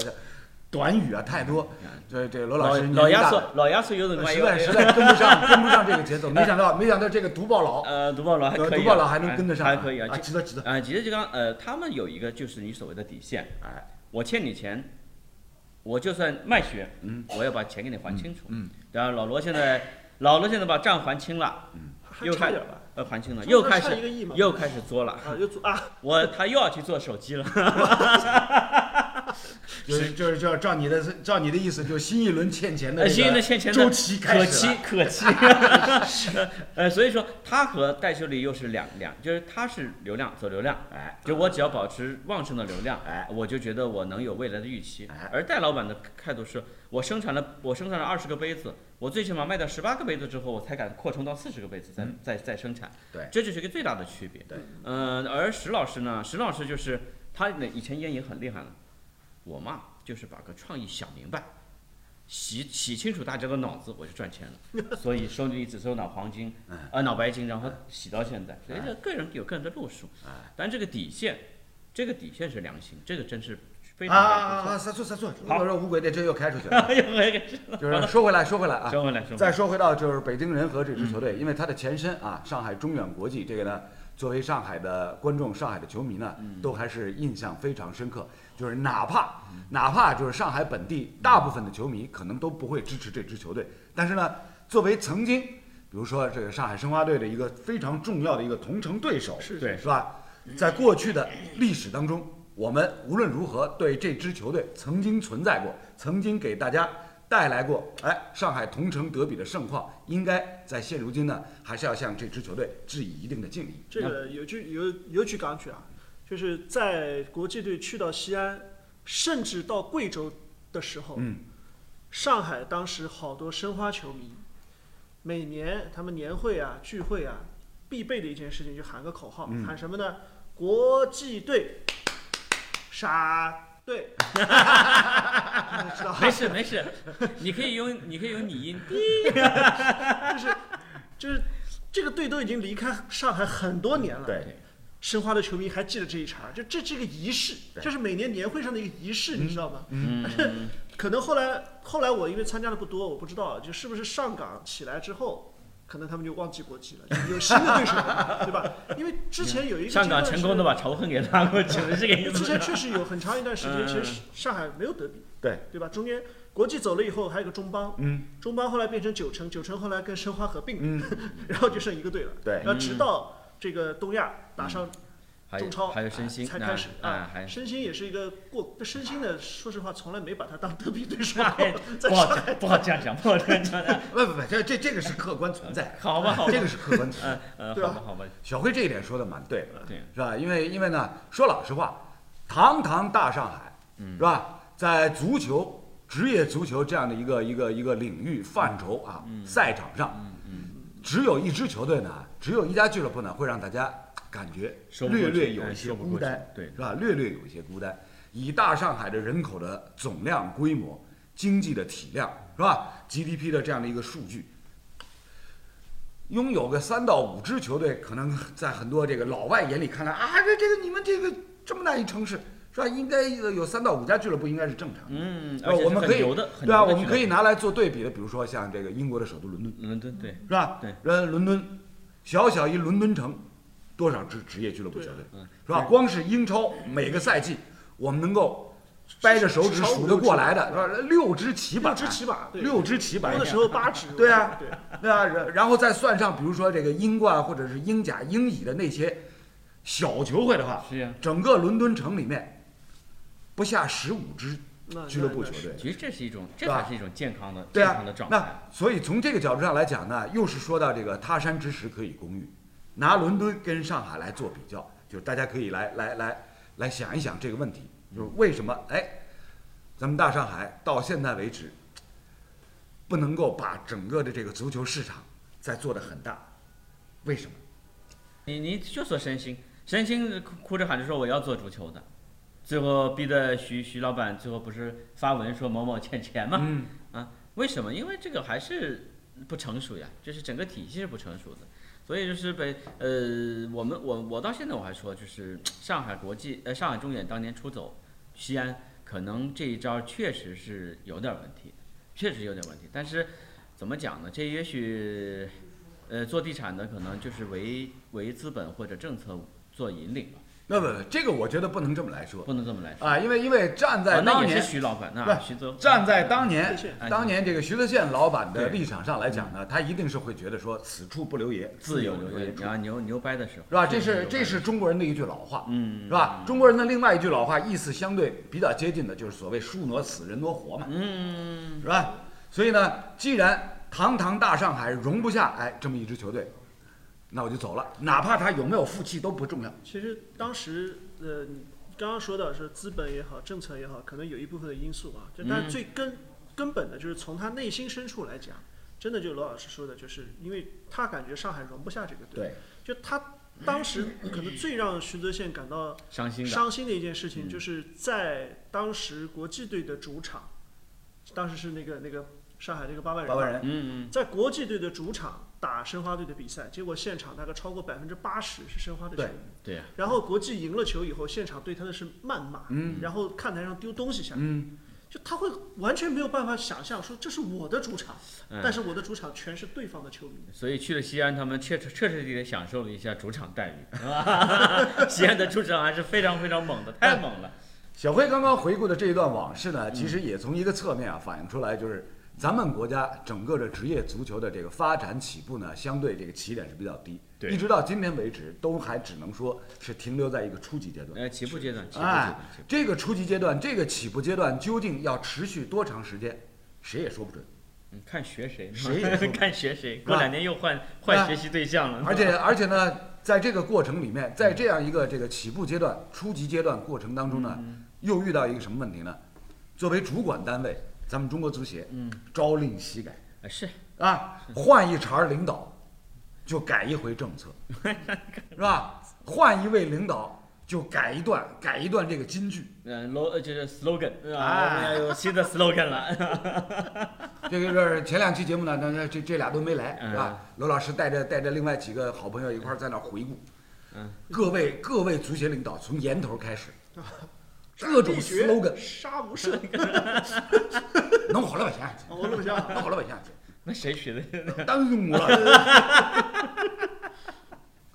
[SPEAKER 1] 短语啊太多。对对，罗老
[SPEAKER 2] 老
[SPEAKER 1] 师年
[SPEAKER 2] 老
[SPEAKER 1] 纪
[SPEAKER 2] 亚
[SPEAKER 1] 大
[SPEAKER 2] 瑟
[SPEAKER 1] 了，
[SPEAKER 2] 老亚瑟有点
[SPEAKER 1] 呃
[SPEAKER 2] 关
[SPEAKER 1] 实
[SPEAKER 2] 系，
[SPEAKER 1] 在实在跟不上跟不上这个节奏。没想到没想到这个读报佬，
[SPEAKER 2] 呃，读报老还
[SPEAKER 1] 呃
[SPEAKER 2] 可以啊，
[SPEAKER 1] 读报佬还能跟得上，
[SPEAKER 2] 还可以啊，
[SPEAKER 1] 啊，急得急得。
[SPEAKER 2] 啊，其实就刚呃，他们有一个就是你所谓的底线，
[SPEAKER 1] 哎，
[SPEAKER 2] 我欠你钱，我就算卖血，
[SPEAKER 1] 嗯，
[SPEAKER 2] 我要把钱给你还清楚。
[SPEAKER 1] 嗯，
[SPEAKER 2] 然后老罗现在，老罗现在把账还清了，
[SPEAKER 3] 还
[SPEAKER 2] 又
[SPEAKER 3] 差
[SPEAKER 2] 开
[SPEAKER 3] 点吧，
[SPEAKER 2] 呃，还清了，
[SPEAKER 3] 中间
[SPEAKER 2] 又开
[SPEAKER 3] 差一个啊亿
[SPEAKER 2] 始
[SPEAKER 3] 嘛
[SPEAKER 2] 又开始作了，
[SPEAKER 3] 啊，又做啊，
[SPEAKER 2] 我他又要去做手机了，
[SPEAKER 1] 就是就是照照你的照你的意思，就新一轮欠钱的
[SPEAKER 2] 呃，
[SPEAKER 1] 这
[SPEAKER 2] 新
[SPEAKER 1] 个
[SPEAKER 2] 的欠钱的
[SPEAKER 1] 周期
[SPEAKER 2] 可
[SPEAKER 1] 开始
[SPEAKER 2] 期
[SPEAKER 1] 了。
[SPEAKER 2] 可期，
[SPEAKER 1] [LAUGHS]
[SPEAKER 2] [LAUGHS] 呃，所以说他和戴修理又是两两，就是他是流量走流量，
[SPEAKER 1] 哎，
[SPEAKER 2] 就我只要保持旺盛的流量，
[SPEAKER 1] 哎，
[SPEAKER 2] 我就觉得我能有未来的预期
[SPEAKER 1] 哎。
[SPEAKER 2] 而戴老板的态度是我生产了我生产了二十个杯子，我最起码卖掉十八个杯子之后，我才敢扩充到四十个杯子再
[SPEAKER 1] 嗯
[SPEAKER 2] 再再生产。
[SPEAKER 1] 对
[SPEAKER 2] 这就是一个最大的区别。
[SPEAKER 1] 对，
[SPEAKER 2] 嗯，而石老师呢，石老师就是他那以前烟瘾很厉害了，我嘛就是把个创意想明白。洗洗清楚大家的脑子，我就赚钱了。所以收你只收脑黄金，
[SPEAKER 1] 嗯
[SPEAKER 2] 呃脑白金，然后洗到现在。所以
[SPEAKER 1] 哎
[SPEAKER 2] 这个人有个人的路数
[SPEAKER 1] 哎，
[SPEAKER 2] 但这个底线，这个底线是良心，这个真是非
[SPEAKER 1] 啊啊
[SPEAKER 2] 常
[SPEAKER 1] 啊
[SPEAKER 2] 不哎
[SPEAKER 1] 啊！撒错撒错，
[SPEAKER 2] 好
[SPEAKER 1] 我说无轨电车又开出去了。
[SPEAKER 2] 错。又回
[SPEAKER 1] 就
[SPEAKER 2] 来
[SPEAKER 1] 是说回来，说回来啊，
[SPEAKER 2] 收回来，收回
[SPEAKER 1] 再
[SPEAKER 2] 来。
[SPEAKER 1] 说回到就是北京人和这支球队，因为它的前身啊，上海中远国际这个呢，作为上海的观众、上海的球迷呢，都还是印象非常深刻。就是哪怕哪怕就是上海本地大部分的球迷可能都不会支持这支球队，但是呢，作为曾经比如说这个上海申花队的一个非常重要的一个同城对手，
[SPEAKER 3] 是
[SPEAKER 2] 对
[SPEAKER 1] 是吧？在过去的历史当中，我们无论如何对这支球队曾经存在过，曾经给大家带来过，哎，上海同城德比的盛况，应该在现如今呢，还是要向这支球队致以一定的敬意。
[SPEAKER 3] 这个有句有有句港句啊，就是在国际队去到西安，甚至到贵州的时候，
[SPEAKER 1] 嗯
[SPEAKER 3] 上海当时好多申花球迷，每年他们年会啊、聚会啊，必备的一件事情就喊个口号，
[SPEAKER 1] 嗯
[SPEAKER 3] 喊什么呢？国际队，杀队，知道吧？
[SPEAKER 2] [LAUGHS] 没事没事，你可以用你可以用拟音。
[SPEAKER 3] 就是就是这个队都已经离开上海很多年了，
[SPEAKER 1] [LAUGHS] 对，
[SPEAKER 3] 申花的球迷还记得这一茬儿，就这这个仪式，
[SPEAKER 1] 对
[SPEAKER 3] 就是每年年会上的一个仪式，你知道吗？
[SPEAKER 2] 嗯，
[SPEAKER 3] 可能后来后来我因为参加的不多，我不知道就是不是上港起来之后，可能他们就忘记国籍了，就有新的对手了，对吧？因为之前有一个
[SPEAKER 2] 嗯上港
[SPEAKER 3] 阶段
[SPEAKER 2] 成功的
[SPEAKER 3] 是？
[SPEAKER 2] 把仇恨给拉过去了，这个意
[SPEAKER 3] 之
[SPEAKER 2] 思。
[SPEAKER 3] 前确实有很长一段时间，
[SPEAKER 2] 嗯
[SPEAKER 3] 其实上海没有德比，
[SPEAKER 1] 对，
[SPEAKER 3] 对吧？中间国际走了以后，还有个中邦，
[SPEAKER 1] 嗯，
[SPEAKER 3] 中邦后来变成九城，九城后来跟申花合并，
[SPEAKER 1] 嗯，
[SPEAKER 3] [LAUGHS] 然后就剩一个队了。
[SPEAKER 1] 对
[SPEAKER 3] 然后直到这个东亚打上
[SPEAKER 2] 嗯还有
[SPEAKER 3] 中超，哎
[SPEAKER 2] 还有身心
[SPEAKER 3] 才开始
[SPEAKER 2] 啊，啊还
[SPEAKER 3] 申鑫也是一个过，申鑫呢，说实话从来没把他当德比对
[SPEAKER 2] [LAUGHS]
[SPEAKER 3] 手
[SPEAKER 2] 哎，
[SPEAKER 3] [LAUGHS] 在
[SPEAKER 2] 不
[SPEAKER 3] 上
[SPEAKER 2] 好
[SPEAKER 3] 海
[SPEAKER 2] 不好这样讲，不好这样讲。
[SPEAKER 1] 不不不，这这这个是客观存在，
[SPEAKER 2] 好吧好吧
[SPEAKER 1] [LAUGHS] 这，个是客观
[SPEAKER 2] [LAUGHS]
[SPEAKER 1] 存在。
[SPEAKER 2] 嗯嗯，
[SPEAKER 3] 对啊
[SPEAKER 2] 好吧好吧，
[SPEAKER 1] 小辉这一点说的蛮对的，
[SPEAKER 2] 对，
[SPEAKER 1] 是吧？因为因为呢，说老实话，堂堂大上海，
[SPEAKER 2] 嗯
[SPEAKER 1] 是吧？在足球、职业足球这样的一个一个一个领域范畴啊，
[SPEAKER 2] 嗯
[SPEAKER 1] 赛场上，只有一支球队呢，只有一家俱乐部呢，会让大家感觉
[SPEAKER 2] 说不过
[SPEAKER 1] 略
[SPEAKER 2] 去
[SPEAKER 1] 略有
[SPEAKER 2] 哎
[SPEAKER 1] 一些
[SPEAKER 2] 说不
[SPEAKER 1] 孤
[SPEAKER 2] 过去
[SPEAKER 1] 单，
[SPEAKER 2] 对
[SPEAKER 1] 是吧？略略有一些孤单。以大上海的人口的总量规模、经济的体量，是吧？GDP 的这样的一个数据，拥有个三到五支球队，可能在很多这个老外眼里看来啊，这这个你们这个这么大一城市，是吧？应该有三到五家俱乐部应该是正常的。
[SPEAKER 2] 嗯，
[SPEAKER 1] 是吧
[SPEAKER 2] 而且
[SPEAKER 1] 我
[SPEAKER 2] 是
[SPEAKER 1] 们
[SPEAKER 2] 很
[SPEAKER 1] 可以
[SPEAKER 2] 油的，很
[SPEAKER 1] 对啊，
[SPEAKER 2] 油的
[SPEAKER 1] 我们
[SPEAKER 2] 俱乐
[SPEAKER 1] 可以
[SPEAKER 2] 部
[SPEAKER 1] 拿来做对比的，比如说像这个英国的首都伦敦，
[SPEAKER 2] 伦敦嗯对，
[SPEAKER 1] 是吧？
[SPEAKER 2] 对，
[SPEAKER 1] 呃，伦敦，小小一伦敦城，多少支职业俱乐部球队，
[SPEAKER 2] 嗯
[SPEAKER 1] 是吧？光是英超每个赛季，我们能够掰着手指数得过来的，是吧？六支起
[SPEAKER 3] 六
[SPEAKER 1] 码，
[SPEAKER 3] 支起码，对，
[SPEAKER 1] 六支起码
[SPEAKER 3] 有的时候八支，
[SPEAKER 1] 对啊
[SPEAKER 3] 对，
[SPEAKER 1] [LAUGHS] 对啊，然然后再算上，比如说这个英冠或者是英甲、英乙的那些小球会的话，
[SPEAKER 2] 是呀。
[SPEAKER 1] 整个伦敦城里面不下十五支
[SPEAKER 3] 那
[SPEAKER 1] 俱乐部球
[SPEAKER 3] 那是
[SPEAKER 1] 队。
[SPEAKER 2] 其实这是一种，这
[SPEAKER 1] 是吧
[SPEAKER 2] 才是一种健康的、
[SPEAKER 1] 对
[SPEAKER 2] 健
[SPEAKER 1] 啊
[SPEAKER 2] 康的，状
[SPEAKER 1] 那
[SPEAKER 2] 态。
[SPEAKER 1] 所以从这个角度上来讲呢，又是说到这个他山之石可以攻玉，拿伦敦跟上海来做比较，就是大家可以来来来来想一想这个问题，就是为什么哎，咱们大上海到现在为止，不能够把整个的这个足球市场再做得很大，为什么？
[SPEAKER 2] 你你就说申鑫，申鑫哭哭着喊着说我要做足球的，最后逼得徐徐老板最后不是发文说某某欠钱吗？
[SPEAKER 1] 嗯，
[SPEAKER 2] 为什么？因为这个还是不成熟呀，就是整个体系是不成熟的。所以就是被呃，我们我我到现在我还说，就是上海国际呃上海中远当年出走西安，可能这一招确实是有点问题，确实有点问题。但是怎么讲呢？这也许呃做地产的可能就是为为资本或者政策做引领吧。
[SPEAKER 1] 那不不，这个我觉得不能这么来说
[SPEAKER 2] 不能这么来说。
[SPEAKER 1] 啊，因为因为站在
[SPEAKER 2] 啊那
[SPEAKER 1] 当
[SPEAKER 2] 也
[SPEAKER 1] 年
[SPEAKER 2] 是徐老板，那
[SPEAKER 1] 不
[SPEAKER 2] 徐泽
[SPEAKER 1] 站在当年
[SPEAKER 3] 谢谢
[SPEAKER 2] 哎
[SPEAKER 1] 当年这个徐德宪老板的
[SPEAKER 2] 对嗯
[SPEAKER 1] 立场上来讲呢，他一定是会觉得说此处不留爷，
[SPEAKER 2] 自由
[SPEAKER 1] 留
[SPEAKER 2] 流
[SPEAKER 1] 爷
[SPEAKER 2] 言
[SPEAKER 1] 处，
[SPEAKER 2] 啊，牛牛掰的时候
[SPEAKER 1] 是吧？这
[SPEAKER 2] 确实
[SPEAKER 1] 是
[SPEAKER 2] 牛掰
[SPEAKER 1] 这是中国人的一句老话，
[SPEAKER 2] 嗯
[SPEAKER 1] 是吧？中国人的另外一句老话，意思相对比较接近的，就是所谓“树挪死，人挪活”嘛，
[SPEAKER 2] 嗯
[SPEAKER 1] 是吧？所以呢，既然堂堂大上海容不下哎这么一支球队，那我就走了，哪怕他有没有负气都不重要。
[SPEAKER 3] 其实当时呃，你刚刚说到是资本也好，政策也好，可能有一部分的因素啊，就但
[SPEAKER 2] 嗯
[SPEAKER 3] 是最根、根本的就是从他内心深处来讲，真的就罗老师说的，就是因为他感觉上海容不下这个队，
[SPEAKER 1] 对，
[SPEAKER 3] 就他当时可能最让徐泽宪感到
[SPEAKER 2] 伤心的，
[SPEAKER 3] 伤心的一件事
[SPEAKER 1] 嗯
[SPEAKER 3] 情，就是在当时国际队的主场，当时是那个那个上海那个八万人
[SPEAKER 1] 八
[SPEAKER 3] 吧，
[SPEAKER 1] 万人，
[SPEAKER 2] 嗯
[SPEAKER 3] 在国际队的主场打申花队的比赛，结果现场大概超过百分之八十是申花队球迷
[SPEAKER 1] 对。
[SPEAKER 2] 嗯，对呀，
[SPEAKER 3] 然后国际赢了球以后，现场对他的是谩骂，
[SPEAKER 1] 嗯
[SPEAKER 3] 然后看台上丢东西下来，
[SPEAKER 1] 嗯，
[SPEAKER 3] 就他会完全没有办法想象说这是我的主场，
[SPEAKER 2] 嗯
[SPEAKER 3] 但是我的主场全是对方的球迷。
[SPEAKER 2] 所以去了西安，他们确彻彻彻底底地享受了一下主场待遇，是
[SPEAKER 1] [LAUGHS]
[SPEAKER 2] 吧西安的主场还是非常非常猛的，
[SPEAKER 1] 哎
[SPEAKER 2] 太猛了。
[SPEAKER 1] 小辉刚刚回顾的这一段往事呢，其实也从一个侧面啊反映出来，就是咱们国家整个的职业足球的这个发展起步呢，相对这个起点是比较低，
[SPEAKER 2] 对
[SPEAKER 1] 一直到今天为止，都还只能说是停留在一个初级阶段。
[SPEAKER 2] 呃，起步阶段，起步阶
[SPEAKER 1] 哎
[SPEAKER 2] 段，起步，
[SPEAKER 1] 这个初级阶段，这个起步阶段究竟要持续多长时间，谁也说不准。
[SPEAKER 2] 嗯看学谁，
[SPEAKER 1] 谁
[SPEAKER 2] [LAUGHS]
[SPEAKER 1] 也说不
[SPEAKER 2] 看学谁，
[SPEAKER 1] 吧
[SPEAKER 2] 过两年又换
[SPEAKER 1] 啊
[SPEAKER 2] 换学习对象了，
[SPEAKER 1] 而且而且呢，在这个过程里面，在这样一个这个起步阶段、初级阶段过程当中呢，又遇到一个什么问题呢？作为主管单位，咱们中国足协，嗯，朝令夕改
[SPEAKER 2] 啊是
[SPEAKER 1] 啊，换一茬儿领导就改一回政策，是吧？换一位领导就改一段改一段这个金句，
[SPEAKER 2] 嗯，lo 就是 slogan，是吧
[SPEAKER 1] 哎
[SPEAKER 2] 我们要有新
[SPEAKER 1] [LAUGHS]
[SPEAKER 2] 的 slogan 了。 [LAUGHS]
[SPEAKER 1] 这个是前两期节目呢，那那这这俩都没来，
[SPEAKER 2] 嗯
[SPEAKER 1] 是吧？罗老师带着带着另外几个好朋友一块儿在那儿回顾，
[SPEAKER 2] 嗯，
[SPEAKER 1] 各位各位足协领导从源头开始，
[SPEAKER 3] 杀
[SPEAKER 1] 各种
[SPEAKER 3] 必决
[SPEAKER 1] slogan
[SPEAKER 3] 杀无赦，
[SPEAKER 1] 弄好老百姓，
[SPEAKER 3] 我录一下啊。
[SPEAKER 1] 弄好老百姓，
[SPEAKER 2] 那谁学的？ [LAUGHS]
[SPEAKER 1] 当用我了。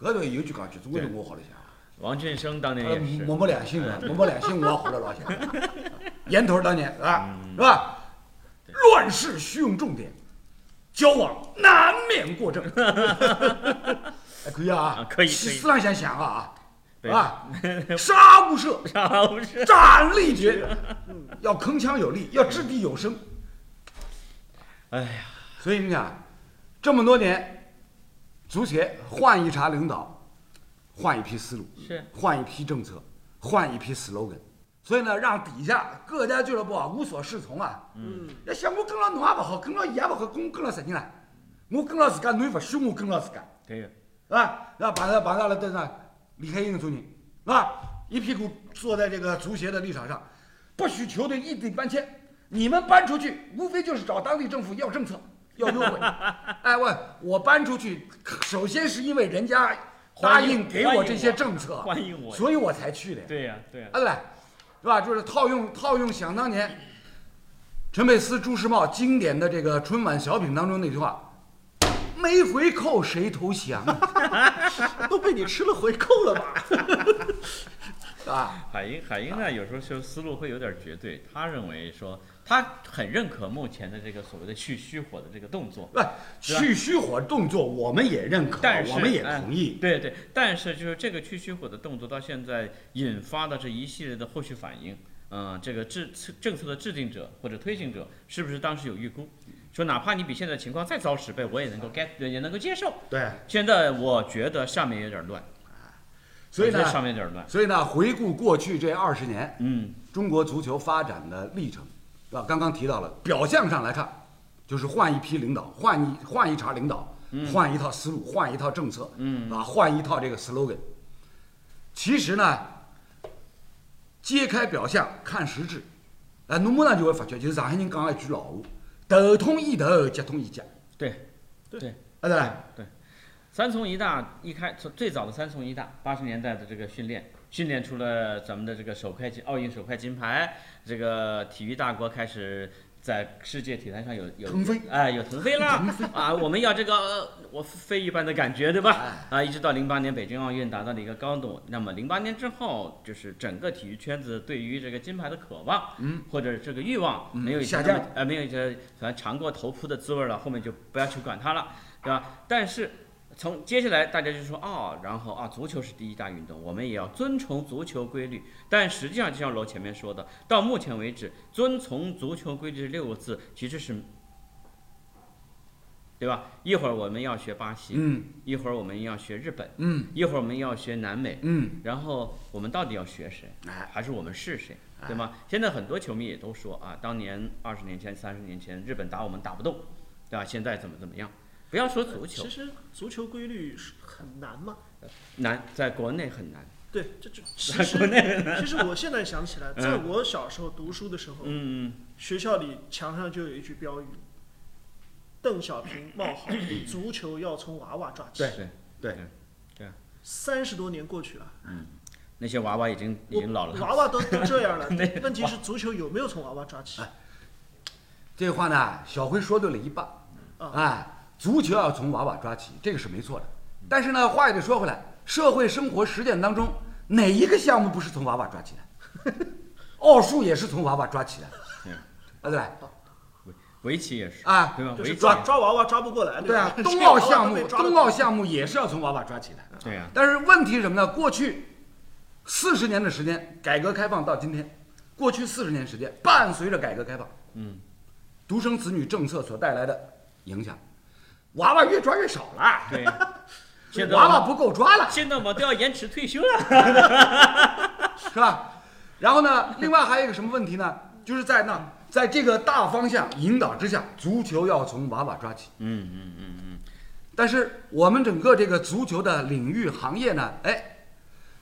[SPEAKER 1] 搿段有句讲句，总归是我好了啊想，
[SPEAKER 2] 王振声当年也是，
[SPEAKER 1] 呃我没良心了，我没良心，我好了老想。源头当年啊，
[SPEAKER 2] 嗯
[SPEAKER 1] 是吧？乱世须用重点，交往难免过正。 [LAUGHS] 哎，可以啊
[SPEAKER 2] 啊，可以可以
[SPEAKER 1] 思想想想啊，
[SPEAKER 2] 对
[SPEAKER 1] 是
[SPEAKER 2] [LAUGHS]
[SPEAKER 1] 吧？杀无赦，
[SPEAKER 2] [LAUGHS] 啊不是，
[SPEAKER 1] 斩立决，嗯要铿锵有力，要掷地有声。
[SPEAKER 2] 哎呀，
[SPEAKER 1] 所以你想，这么多年，足协换一茬领导，换一批思路，
[SPEAKER 2] 是
[SPEAKER 1] 换一批政策，换一批 slogan，所以呢，让底下各家俱乐部啊无所适从啊。
[SPEAKER 3] 嗯，
[SPEAKER 1] 要想我跟牢侬也不好，跟牢伊也不好，跟我跟牢谁人啦？我跟牢自家，侬又不许我跟牢自家，
[SPEAKER 2] 对呀，
[SPEAKER 1] 是吧？那把那把那了，等上啊李开英的主任，是吧？一屁股坐在这个足协的立场上，不许球队异地搬迁，你们搬出去无非就是找当地政府要政策，要优惠。哎，问我搬出去，首先是因为人家答应给我这些政策，
[SPEAKER 2] 欢迎我，
[SPEAKER 1] 所以我才去的。
[SPEAKER 2] 对呀对呀，
[SPEAKER 1] 恩来，是吧？就是套用套用想当年陈佩斯、朱时茂经典的这个春晚小品当中那句话：“没回扣谁投降啊
[SPEAKER 3] 都被你吃了回扣了吧？
[SPEAKER 1] 是吧？
[SPEAKER 2] 海英，海英
[SPEAKER 1] 啊
[SPEAKER 2] 呢，有时候就思路会有点绝对。他认为说，他很认可目前的这个所谓的去虚火的这个动作，
[SPEAKER 1] 不，去虚火动作我们也认可
[SPEAKER 2] 但，是哎
[SPEAKER 1] 我们也同意。
[SPEAKER 2] 对对。但是就是这个去虚火的动作，到现在引发的这一系列的后续反应，嗯、这个制政策的制定者或者推行者是不是当时有预估，说哪怕你比现在情况再糟十倍，我也能
[SPEAKER 1] 啊
[SPEAKER 2] 够 get，也能够接受。
[SPEAKER 1] 对，
[SPEAKER 2] 现在我觉得上面有点乱，
[SPEAKER 1] 所以
[SPEAKER 2] 我觉得
[SPEAKER 1] 呢，
[SPEAKER 2] 上面有点乱，
[SPEAKER 1] 所以呢，回顾过去这二十年
[SPEAKER 2] 嗯，
[SPEAKER 1] 中国足球发展的历程，是吧？刚刚提到了，表象上来看，就是换一批领导，换一换一茬领导，
[SPEAKER 2] 嗯
[SPEAKER 1] 换一套思路，换一套政策，嗯，啊，换一套这个 slogan。其实呢，揭开表象看实质，哎，侬马上就会发觉，就是上海人讲的一句老话：头痛医头，脚痛医脚，
[SPEAKER 2] 对，对。
[SPEAKER 1] 啊，对吧？
[SPEAKER 2] 三从一大一开从最早的三从一大，八十年代的这个训练，训练出了咱们的这个首块金奥运首块金牌，这个体育大国开始在世界体坛上有有
[SPEAKER 1] 腾飞
[SPEAKER 2] 哎，有腾飞啦！ [LAUGHS] 啊，我们要这个呃我飞一般的感觉，对吧？
[SPEAKER 1] 哎
[SPEAKER 2] 啊，一直到零八年北京奥运达到了一个高度。那么零八年之后，就是整个体育圈子对于这个金牌的渴望，
[SPEAKER 1] 嗯，
[SPEAKER 2] 或者这个欲望
[SPEAKER 1] 嗯
[SPEAKER 2] 没有以前
[SPEAKER 1] 下
[SPEAKER 2] 那么
[SPEAKER 1] 降
[SPEAKER 2] 呃，没有以前反正尝过头扑的滋味了，后面就不要去管它了，对吧？但是从接下来大家就说哦，然后啊，足球是第一大运动，我们也要遵从足球规律。但实际上，就像楼前面说的，到目前为止，遵从足球规律这六个字其实是，对吧？一会儿我们要学巴西，
[SPEAKER 1] 嗯
[SPEAKER 2] 一会儿我们要学日本，
[SPEAKER 1] 嗯
[SPEAKER 2] 一会儿我们要学南美，
[SPEAKER 1] 嗯，
[SPEAKER 2] 然后我们到底要学谁？
[SPEAKER 1] 哎，
[SPEAKER 2] 还是我们是谁，对吗？现在很多球迷也都说啊，当年二十年前、三十年前日本打我们打不动，对吧？现在怎么怎么样？不要说足球
[SPEAKER 1] 呃
[SPEAKER 3] 其实足球规律是很难嘛，
[SPEAKER 2] 难，在国内很难，
[SPEAKER 3] 对，这这其
[SPEAKER 2] 在国
[SPEAKER 3] 实
[SPEAKER 2] 内很难。
[SPEAKER 3] 其实我现在想起来，
[SPEAKER 2] 嗯
[SPEAKER 3] 在我小时候读书的时候，
[SPEAKER 2] 嗯，
[SPEAKER 3] 学校里墙上就有一句标语：“邓小平
[SPEAKER 1] [COUGHS]
[SPEAKER 3] 冒号，足球要从娃娃抓起。
[SPEAKER 2] 对对，
[SPEAKER 3] 三十多年过去了，
[SPEAKER 2] 那些娃娃已经已经老了。
[SPEAKER 3] 娃娃都都
[SPEAKER 1] [LAUGHS]
[SPEAKER 3] 这样了
[SPEAKER 2] 那，
[SPEAKER 3] 问题是足球有没有从娃娃抓
[SPEAKER 1] 哎
[SPEAKER 3] 起？
[SPEAKER 1] 这话呢，小辉说对了一半。
[SPEAKER 3] 啊
[SPEAKER 1] 哎，足球要从娃娃抓起，这个是没错的。但是呢，话也得说回来，社会生活实践当中，哪一个项目不是从娃娃抓起的？
[SPEAKER 3] [LAUGHS]
[SPEAKER 1] 奥数也是从娃娃抓起的，
[SPEAKER 2] 对
[SPEAKER 1] 啊对吧
[SPEAKER 3] 哦
[SPEAKER 2] 围棋也是
[SPEAKER 1] 啊
[SPEAKER 2] 对吧？
[SPEAKER 3] 就是
[SPEAKER 2] 围棋
[SPEAKER 3] 抓抓娃娃抓不过来，
[SPEAKER 1] 对啊
[SPEAKER 3] 吧， [LAUGHS]
[SPEAKER 1] 冬奥项
[SPEAKER 3] 被
[SPEAKER 1] 目，
[SPEAKER 3] 抓了
[SPEAKER 1] 冬奥项目也是要从娃娃抓起的。[LAUGHS]
[SPEAKER 2] 对呀、
[SPEAKER 1] 但是问题是什么呢？过去四十年的时间，改革开放到今天，过去四十年时间，伴随着改革开放，
[SPEAKER 2] 嗯，
[SPEAKER 1] 独生子女政策所带来的影响，娃娃越抓越少了，
[SPEAKER 2] 对呀、现在
[SPEAKER 1] 娃
[SPEAKER 2] 我
[SPEAKER 1] 娃
[SPEAKER 2] 们
[SPEAKER 1] 不够抓了，
[SPEAKER 2] 现在我们都要延迟退休了。
[SPEAKER 1] 是吧？然后呢，另外还有一个什么问题呢？就是在那，在这个大方向引导之下，足球要从娃娃抓起。
[SPEAKER 2] 嗯嗯嗯嗯，
[SPEAKER 1] 但是我们整个这个足球的领域行业呢，哎，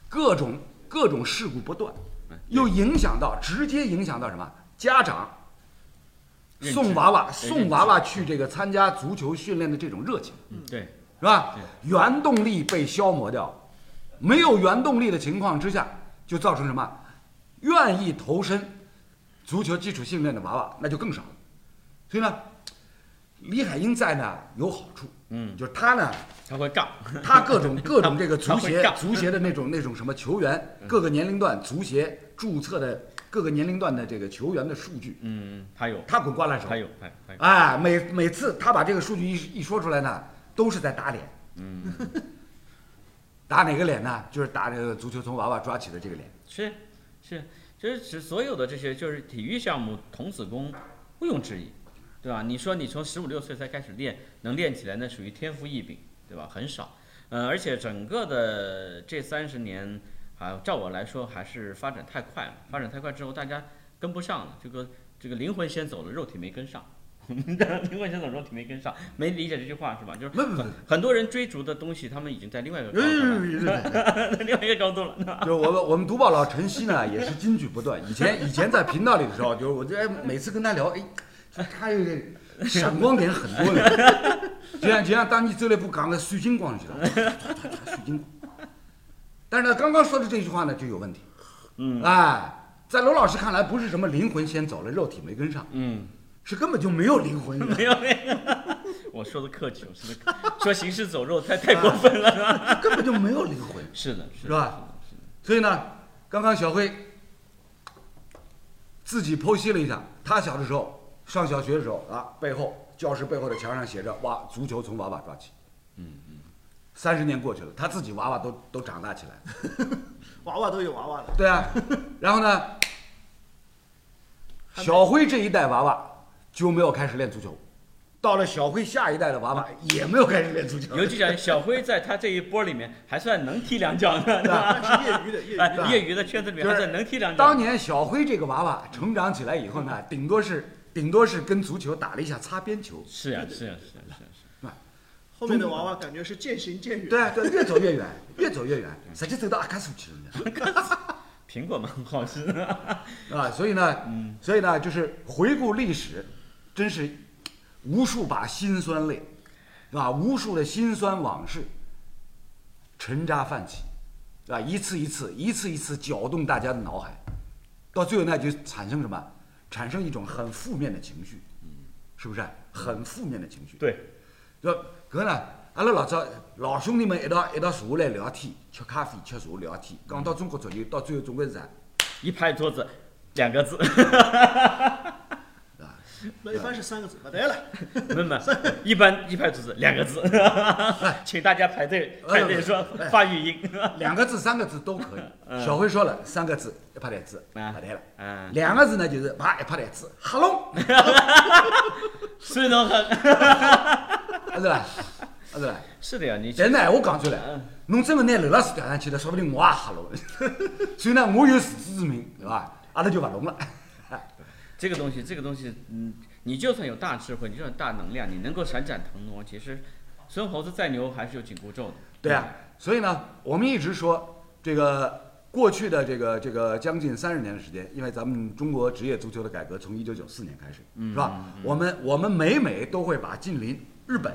[SPEAKER 1] 各种各种事故不断，
[SPEAKER 2] 哎
[SPEAKER 1] 又影响到直接影响到什么？家长
[SPEAKER 2] 认知
[SPEAKER 1] 送娃娃
[SPEAKER 2] 对
[SPEAKER 1] 送娃娃去这个参加足球训练的这种热情，
[SPEAKER 2] 嗯对，
[SPEAKER 1] 是吧？原动力被消磨掉，没有原动力的情况之下，就造成什么？愿意投身足球基础训练的娃娃那就更少了。所以呢，李海英在呢有好处，
[SPEAKER 2] 嗯，
[SPEAKER 1] 就是他呢
[SPEAKER 2] 他会杠，嗯
[SPEAKER 1] 他各
[SPEAKER 2] [LAUGHS]
[SPEAKER 1] 种各种这个足
[SPEAKER 2] 他会嗯
[SPEAKER 1] 协
[SPEAKER 2] 杠
[SPEAKER 1] 足协的那种那种什么球员，各个年龄段足协注册的各个年龄段的这个球员的数据，
[SPEAKER 2] 嗯，他有，
[SPEAKER 1] 他滚瓜烂熟
[SPEAKER 2] 他。有，他有，他有，
[SPEAKER 1] 哎，每每次他把这个数据一一说出来呢，都是在打脸。
[SPEAKER 2] 嗯
[SPEAKER 1] 打哪个脸呢？就是打这个足球从娃娃抓起的这个脸。
[SPEAKER 2] 是是，就是指所有的这些就是体育项目童子功，毋庸置疑，对吧？你说你从十五六岁才开始练，能练起来那属于天赋异禀，对吧？很少，呃，而且整个的这三十年，啊，照我来说还是发展太快了，发展太快之后大家跟不上了，这个这个灵魂先走了，肉体没跟上。 [LAUGHS] 我们的灵魂先走，肉体没跟上，没理解这句话是吧？就是
[SPEAKER 1] 不不不
[SPEAKER 2] 很很多人追逐的东西，他们已经在另外一个高度了，
[SPEAKER 1] 就
[SPEAKER 2] [LAUGHS] 另外一个高度了。
[SPEAKER 1] 是我们我们读报老晨曦呢，也是金句不断。以前以前在频道里的时候，就是我就哎每次跟他聊，哎，就他有点闪光点很多的，就像就像当你走了一步讲的水晶光一样，水晶光。但是呢，刚刚说的这句话呢就有问题。
[SPEAKER 2] 嗯
[SPEAKER 1] 哎，在罗老师看来，不是什么灵魂先走了，肉体没跟上，
[SPEAKER 2] 嗯。
[SPEAKER 1] 是根本就没有灵魂。
[SPEAKER 2] 没有没有， [LAUGHS] 我说的客气，我说的客气说行尸走肉太太过分了。
[SPEAKER 1] 根本就没有灵魂，
[SPEAKER 2] [LAUGHS] 是的，是
[SPEAKER 1] 是
[SPEAKER 2] 的，
[SPEAKER 1] 吧？所以呢，刚刚小辉自己剖析了一下，他小的时候上小学的时候啊，背后教室背后的墙上写着“哇，足球从娃娃抓起”。嗯嗯。三十年过去了，他自己娃娃都都长大起来了。
[SPEAKER 3] 娃娃都有娃娃了，
[SPEAKER 1] 对啊， [LAUGHS] 然后呢，小辉这一代娃娃就没有开始练足球，到了小辉下一代的娃娃也没有开始练足球。
[SPEAKER 2] 尤其讲小辉在他这一波里面还算能踢两脚的，对吧？
[SPEAKER 3] 但是业余的业
[SPEAKER 2] [LAUGHS]
[SPEAKER 3] 余
[SPEAKER 2] 哎
[SPEAKER 3] 的，
[SPEAKER 2] 业余的圈子里面还算能踢两
[SPEAKER 1] 当
[SPEAKER 2] 脚。
[SPEAKER 1] 年小辉这个娃娃成长起来以后呢，顶多是顶多是跟足球打了一下擦边球，
[SPEAKER 2] 是呀，是呀，是呀，啊是呀。是
[SPEAKER 3] 后面的娃娃感觉是渐行渐远。
[SPEAKER 1] 对啊对，越走越远，越走越远，直接走到阿卡苏去了人
[SPEAKER 2] 呀苹果蛮好吃的， [LAUGHS]
[SPEAKER 1] 家啊！所以呢，所以呢，就是回顾历史，真是无数把辛酸泪，是吧？无数的辛酸往事，沉渣泛起，啊是吧？一次一次，一次一次搅动大家的脑海，到最后呢，就产生什么？产生一种很负面的情绪，是不是？很负面的情绪。
[SPEAKER 2] 对，
[SPEAKER 1] 就搿呢，阿拉老早老兄弟们一道一道坐下来聊天，吃咖啡、吃茶聊天，讲到中国足球，到最后总归是啥？
[SPEAKER 2] 一拍桌子，两个字， [LAUGHS]
[SPEAKER 3] 那一般是三个字，不对了，
[SPEAKER 2] 没没，一般一拍桌子两个字， [LAUGHS] 请大家排队排队说发语音， [LAUGHS]
[SPEAKER 1] 两个字、三个字都可以。小辉说了，三个字一拍台子，
[SPEAKER 2] 嗯啊
[SPEAKER 1] 不对了。
[SPEAKER 2] 嗯，
[SPEAKER 1] 两个字呢，就是啪一拍台子，黑
[SPEAKER 2] [LAUGHS]
[SPEAKER 1] 龙，
[SPEAKER 2] 虽然很
[SPEAKER 1] 啊是吧？啊是吧？
[SPEAKER 2] 是的呀，你
[SPEAKER 1] 但是呢，我讲出来，
[SPEAKER 2] 嗯
[SPEAKER 1] 侬真个拿刘老师调上去了，说不定我也黑了。 [LAUGHS] 所以呢，我有自知之明，对伐？阿拉就勿聋了。
[SPEAKER 2] 这个东西，这个东西，嗯，你就算有大智慧，你就算有大能量，你能够闪展腾挪，其实孙猴子再牛还是有紧箍咒的。
[SPEAKER 1] 对啊，所以呢，我们一直说这个过去的这个这个将近三十年的时间，因为咱们中国职业足球的改革从一九九四年开始，是吧？我们我们每每都会把近邻日本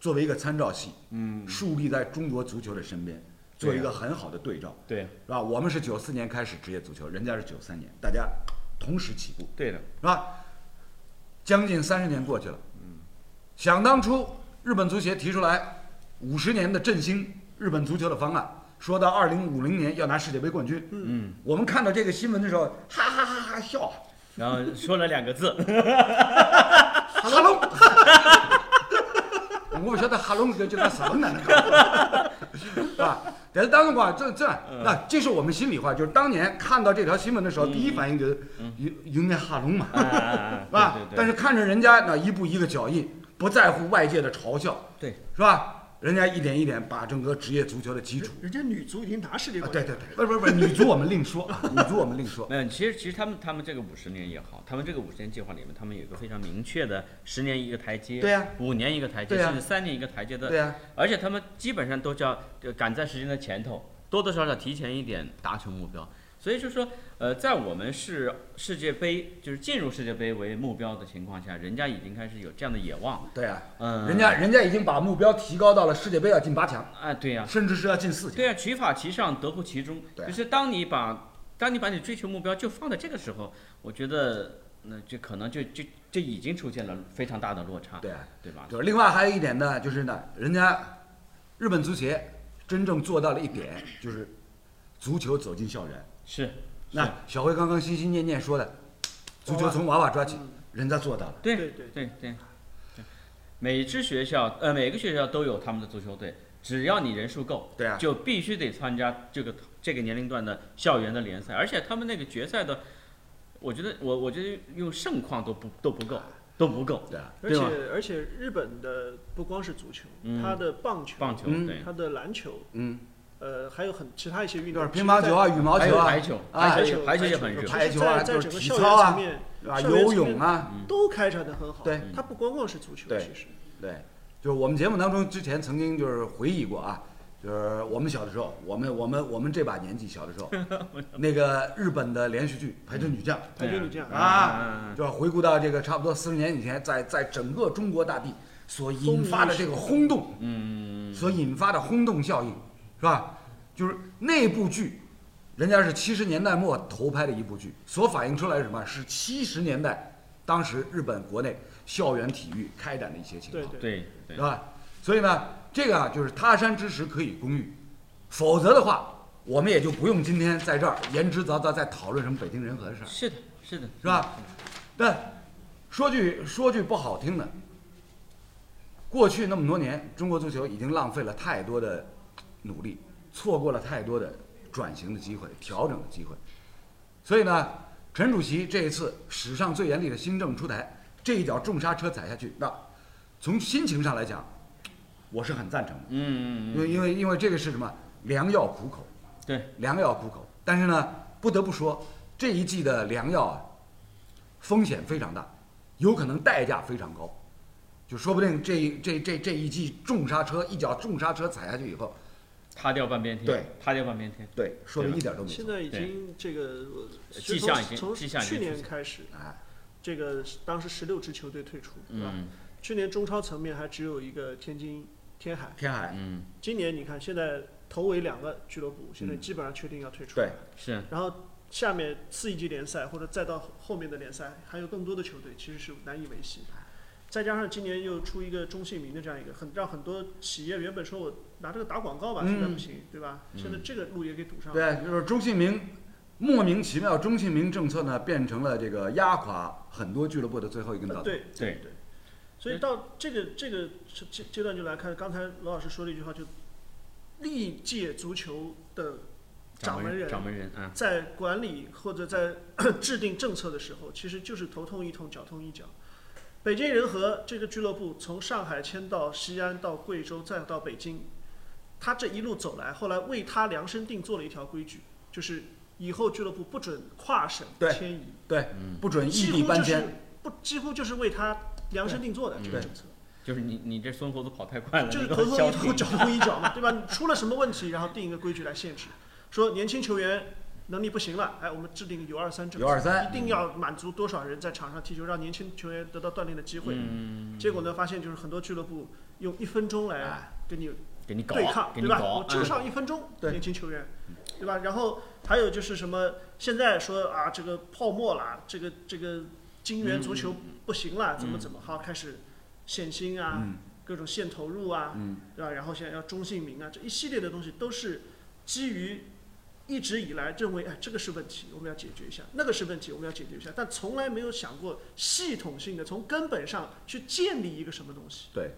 [SPEAKER 1] 作为一个参照系，嗯，树立在中国足球的身边，做一个很好的对照，
[SPEAKER 2] 对，啊
[SPEAKER 1] 是吧？我们是九四年开始职业足球，人家是九三年，大家同时起步，
[SPEAKER 2] 对的，
[SPEAKER 1] 是吧？将近三十年过去了，想当初日本足协提出来五十年的振兴日本足球的方案，说到二零五零年要拿世界杯冠军，嗯，我们看到这个新闻的时候，哈哈哈哈笑，
[SPEAKER 2] 然后说了两
[SPEAKER 1] [LAUGHS]
[SPEAKER 2] 个字，
[SPEAKER 1] 哈龙， [LAUGHS] 我不晓得哈龙搿叫啥么呢， [LAUGHS] 是吧？但是当时话，这这那这是我们心里话，就是当年看到这条新闻的时候，第一反应就是有有那哈龙嘛，
[SPEAKER 2] 啊啊
[SPEAKER 1] 是
[SPEAKER 2] 啊，
[SPEAKER 1] 吧
[SPEAKER 2] 对？对
[SPEAKER 1] 但
[SPEAKER 2] 对，
[SPEAKER 1] 是看着人家那一步一个脚印，不在乎外界的嘲笑，
[SPEAKER 2] 对，
[SPEAKER 1] 是吧？人家一点一点把整个职业足球的基础，
[SPEAKER 3] 人家女足已经拿世界
[SPEAKER 1] 啊，
[SPEAKER 3] 冠
[SPEAKER 1] 对
[SPEAKER 3] 军，
[SPEAKER 1] 对对，不是不是不是， [LAUGHS] 女足我们另说，啊，女足我们另说，
[SPEAKER 2] 没有，其实其实他们他们这个五十年也好，他们这个五十年计划里面，他们有一个非常明确的十年一个台阶，
[SPEAKER 1] 对呀
[SPEAKER 2] 五年一个台阶，
[SPEAKER 1] 对呀
[SPEAKER 2] 甚至三年一个台阶的
[SPEAKER 1] 对啊呀，
[SPEAKER 2] 而且他们基本上都叫呃赶在时间的前头，多多少少提前一点达成目标。所以就说，呃，在我们是世界杯，就是进入世界杯为目标的情况下，人家已经开始有这样的野望。
[SPEAKER 1] 对呀，
[SPEAKER 2] 嗯，
[SPEAKER 1] 人家人家已经把目标提高到了世界杯要进八强，
[SPEAKER 2] 啊，对呀、
[SPEAKER 1] 甚至是要进四强，
[SPEAKER 2] 对呀、取法其上，得乎其中。
[SPEAKER 1] 对啊
[SPEAKER 2] 就是当你把当你把你追求目标就放在这个时候，我觉得那就可能就就就已经出现了非常大的落差，
[SPEAKER 1] 对呀，
[SPEAKER 2] 对吧？
[SPEAKER 1] 就是另外还有一点呢，就是呢，人家日本足协真正做到了一点，就是足球走进校园。
[SPEAKER 2] 是，
[SPEAKER 1] 那小辉刚刚心心念念说的，足球从娃娃抓起，人家做到了。
[SPEAKER 2] 对
[SPEAKER 3] 对对
[SPEAKER 2] 对对，每支学校呃每个学校都有他们的足球队，只要你人数够，
[SPEAKER 1] 对啊
[SPEAKER 2] 就必须得参加这个这个年龄段的校园的联赛，而且他们那个决赛的，我觉得我我觉得用盛况都不都不够，都不够，
[SPEAKER 1] 对啊，
[SPEAKER 3] 而
[SPEAKER 2] 对吧
[SPEAKER 3] 且而且日本的不光是足球，
[SPEAKER 2] 嗯
[SPEAKER 3] 它的棒球、
[SPEAKER 2] 棒球
[SPEAKER 1] 嗯
[SPEAKER 2] 对，
[SPEAKER 3] 它的篮球，
[SPEAKER 1] 嗯，
[SPEAKER 3] 呃，还有很其他一些运
[SPEAKER 1] 就是
[SPEAKER 3] 动，
[SPEAKER 1] 乒乓球啊、
[SPEAKER 3] 其
[SPEAKER 1] 羽毛
[SPEAKER 2] 还
[SPEAKER 1] 球
[SPEAKER 2] 有
[SPEAKER 1] 啊、
[SPEAKER 2] 排球，
[SPEAKER 1] 啊
[SPEAKER 2] 排
[SPEAKER 3] 球
[SPEAKER 2] 球排球也很
[SPEAKER 1] 排
[SPEAKER 2] 热
[SPEAKER 3] 实
[SPEAKER 1] 球，排球
[SPEAKER 3] 在
[SPEAKER 1] 啊
[SPEAKER 3] 在在
[SPEAKER 1] 就是
[SPEAKER 3] 整个
[SPEAKER 1] 体
[SPEAKER 3] 校
[SPEAKER 1] 操
[SPEAKER 3] 园
[SPEAKER 1] 啊
[SPEAKER 3] 层面
[SPEAKER 1] 啊，
[SPEAKER 3] 校园
[SPEAKER 1] 游
[SPEAKER 3] 层面
[SPEAKER 1] 泳啊，
[SPEAKER 3] 都开展的很好。
[SPEAKER 1] 对
[SPEAKER 3] 它不光光是足球，
[SPEAKER 1] 对
[SPEAKER 3] 其实
[SPEAKER 1] 对，就是我们节目当中之前曾经就是回忆过啊，就是我们小的时候，我们我们我们这把年纪小的时
[SPEAKER 2] [LAUGHS]
[SPEAKER 1] 候，那个日本的连续剧《排球女将》
[SPEAKER 3] 排球女将
[SPEAKER 2] 对
[SPEAKER 1] 啊，
[SPEAKER 2] 嗯
[SPEAKER 1] 就要回顾到这个差不多四十年以前，在在整个中国大地所引发的这个轰动，
[SPEAKER 2] 嗯，
[SPEAKER 1] 所引发的轰动效应，是吧？就是那部剧，人家是七十年代末投拍的一部剧，所反映出来是什么？是七十年代当时日本国内校园体育开展的一些情况，
[SPEAKER 3] 对
[SPEAKER 2] 对对
[SPEAKER 1] 是，吧？所以呢，这个啊，就是他山之石可以攻玉，否则的话，我们也就不用今天在这儿言之凿凿在讨论什么北京人和的事儿。
[SPEAKER 2] 是的是的，
[SPEAKER 1] 是吧？那说句说句不好听的，过去那么多年，中国足球已经浪费了太多的努力，错过了太多的转型的机会、调整的机会。所以呢，陈主席这一次史上最严厉的新政出台，这一脚重刹车踩下去，那从心情上来讲，我是很赞成的，
[SPEAKER 2] 嗯嗯
[SPEAKER 1] 因为因为因为这个是什么？良药苦口。
[SPEAKER 2] 嗯，对，
[SPEAKER 1] 良药苦口。但是呢，不得不说，这一季的良药啊，风险非常大，有可能代价非常高，就说不定这一这这这一季重刹车，一脚重刹车踩下去以后，
[SPEAKER 2] 塌掉半边天，
[SPEAKER 1] 对，
[SPEAKER 2] 塌掉半边天，
[SPEAKER 1] 对，说
[SPEAKER 2] 啊
[SPEAKER 1] 的一点都没错
[SPEAKER 3] 现。在已经这个
[SPEAKER 2] 迹
[SPEAKER 3] 呃其实
[SPEAKER 2] 象已经
[SPEAKER 3] 从
[SPEAKER 2] 迹
[SPEAKER 3] 从
[SPEAKER 2] 象已经
[SPEAKER 3] 去
[SPEAKER 2] 出
[SPEAKER 3] 年
[SPEAKER 2] 现
[SPEAKER 3] 开始，
[SPEAKER 1] 哎，
[SPEAKER 3] 这个当时十六支球队退出，对吧？
[SPEAKER 2] 嗯
[SPEAKER 3] 去年中超层面还只有一个天津天海，
[SPEAKER 1] 天海，
[SPEAKER 2] 嗯，
[SPEAKER 3] 今年你看现在头尾两个俱乐部现在基本上确定要退出，
[SPEAKER 1] 对
[SPEAKER 2] 是
[SPEAKER 3] 然后下面次一级联赛或者再到后面的联赛，还有更多的球队其实是难以维系。再加上今年又出一个中性名的这样一个，很让很多企业原本说我拿这个打广告吧，
[SPEAKER 1] 嗯
[SPEAKER 3] 现在不行，对吧？
[SPEAKER 2] 嗯
[SPEAKER 3] 现在这个路也给堵上了。
[SPEAKER 1] 对，就是中信名莫名其妙，中信名政策呢变成了这个压垮很多俱乐部的最后一根稻
[SPEAKER 3] 呃
[SPEAKER 1] 草。
[SPEAKER 3] 对
[SPEAKER 2] 对
[SPEAKER 3] 对。所以到这个这个阶阶段就来看，刚才罗老师说了一句话，就历届足球的掌门人
[SPEAKER 2] 掌门人啊，
[SPEAKER 3] 在管理或者在 [COUGHS] 制定政策的时候，其实就是头痛一痛，脚痛一脚。北京人和这个俱乐部从上海迁到西安，到贵州，再到北京，他这一路走来，后来为他量身定做了一条规矩，就是以后俱乐部不准跨省
[SPEAKER 1] 对
[SPEAKER 3] 迁移，
[SPEAKER 2] 嗯，
[SPEAKER 1] 不准异
[SPEAKER 3] 几
[SPEAKER 1] 地
[SPEAKER 3] 乎
[SPEAKER 1] 搬
[SPEAKER 3] 就是
[SPEAKER 1] 迁。
[SPEAKER 3] 不几乎就是为他量身定做的
[SPEAKER 2] 对
[SPEAKER 3] 这个政策，
[SPEAKER 2] 就是你你这孙猴子跑太快了，
[SPEAKER 3] 就
[SPEAKER 2] 你
[SPEAKER 3] 是
[SPEAKER 2] 给
[SPEAKER 3] 头
[SPEAKER 2] 我
[SPEAKER 3] 痛
[SPEAKER 2] 消
[SPEAKER 3] 一
[SPEAKER 2] 停
[SPEAKER 3] 痛，脚痛一脚嘛，对吧？你出了什么问题，然后定一个规矩来限制，说年轻球员能力不行了，哎，我们制定个 U 二三政
[SPEAKER 1] 有
[SPEAKER 3] 策。
[SPEAKER 1] 二三
[SPEAKER 3] 一，定要满足多少人在场上踢球，让年轻球员得到锻炼的机会。
[SPEAKER 2] 嗯，
[SPEAKER 3] 结果呢，发现就是很多俱乐部用一分钟来跟你
[SPEAKER 2] 给你搞
[SPEAKER 3] 对抗，
[SPEAKER 2] 给
[SPEAKER 3] 对
[SPEAKER 2] 你
[SPEAKER 3] 吧？
[SPEAKER 2] 搞
[SPEAKER 3] 我，就
[SPEAKER 2] 嗯
[SPEAKER 3] 上一分钟，
[SPEAKER 1] 对
[SPEAKER 3] 年轻球员，对吧？然后还有就是什么，现在说啊，这个泡沫啦，这个这个金元
[SPEAKER 1] 嗯
[SPEAKER 3] 足球不行啦，怎么怎么好，开始限薪啊，
[SPEAKER 1] 嗯
[SPEAKER 3] 各种限投入啊，
[SPEAKER 1] 嗯，
[SPEAKER 3] 对吧？然后现在要中性名啊，这一系列的东西都是基于一直以来认为，哎，这个是问题，我们要解决一下；那个是问题，我们要解决一下，但从来没有想过系统性的从根本上去建立一个什么东西。
[SPEAKER 1] 对，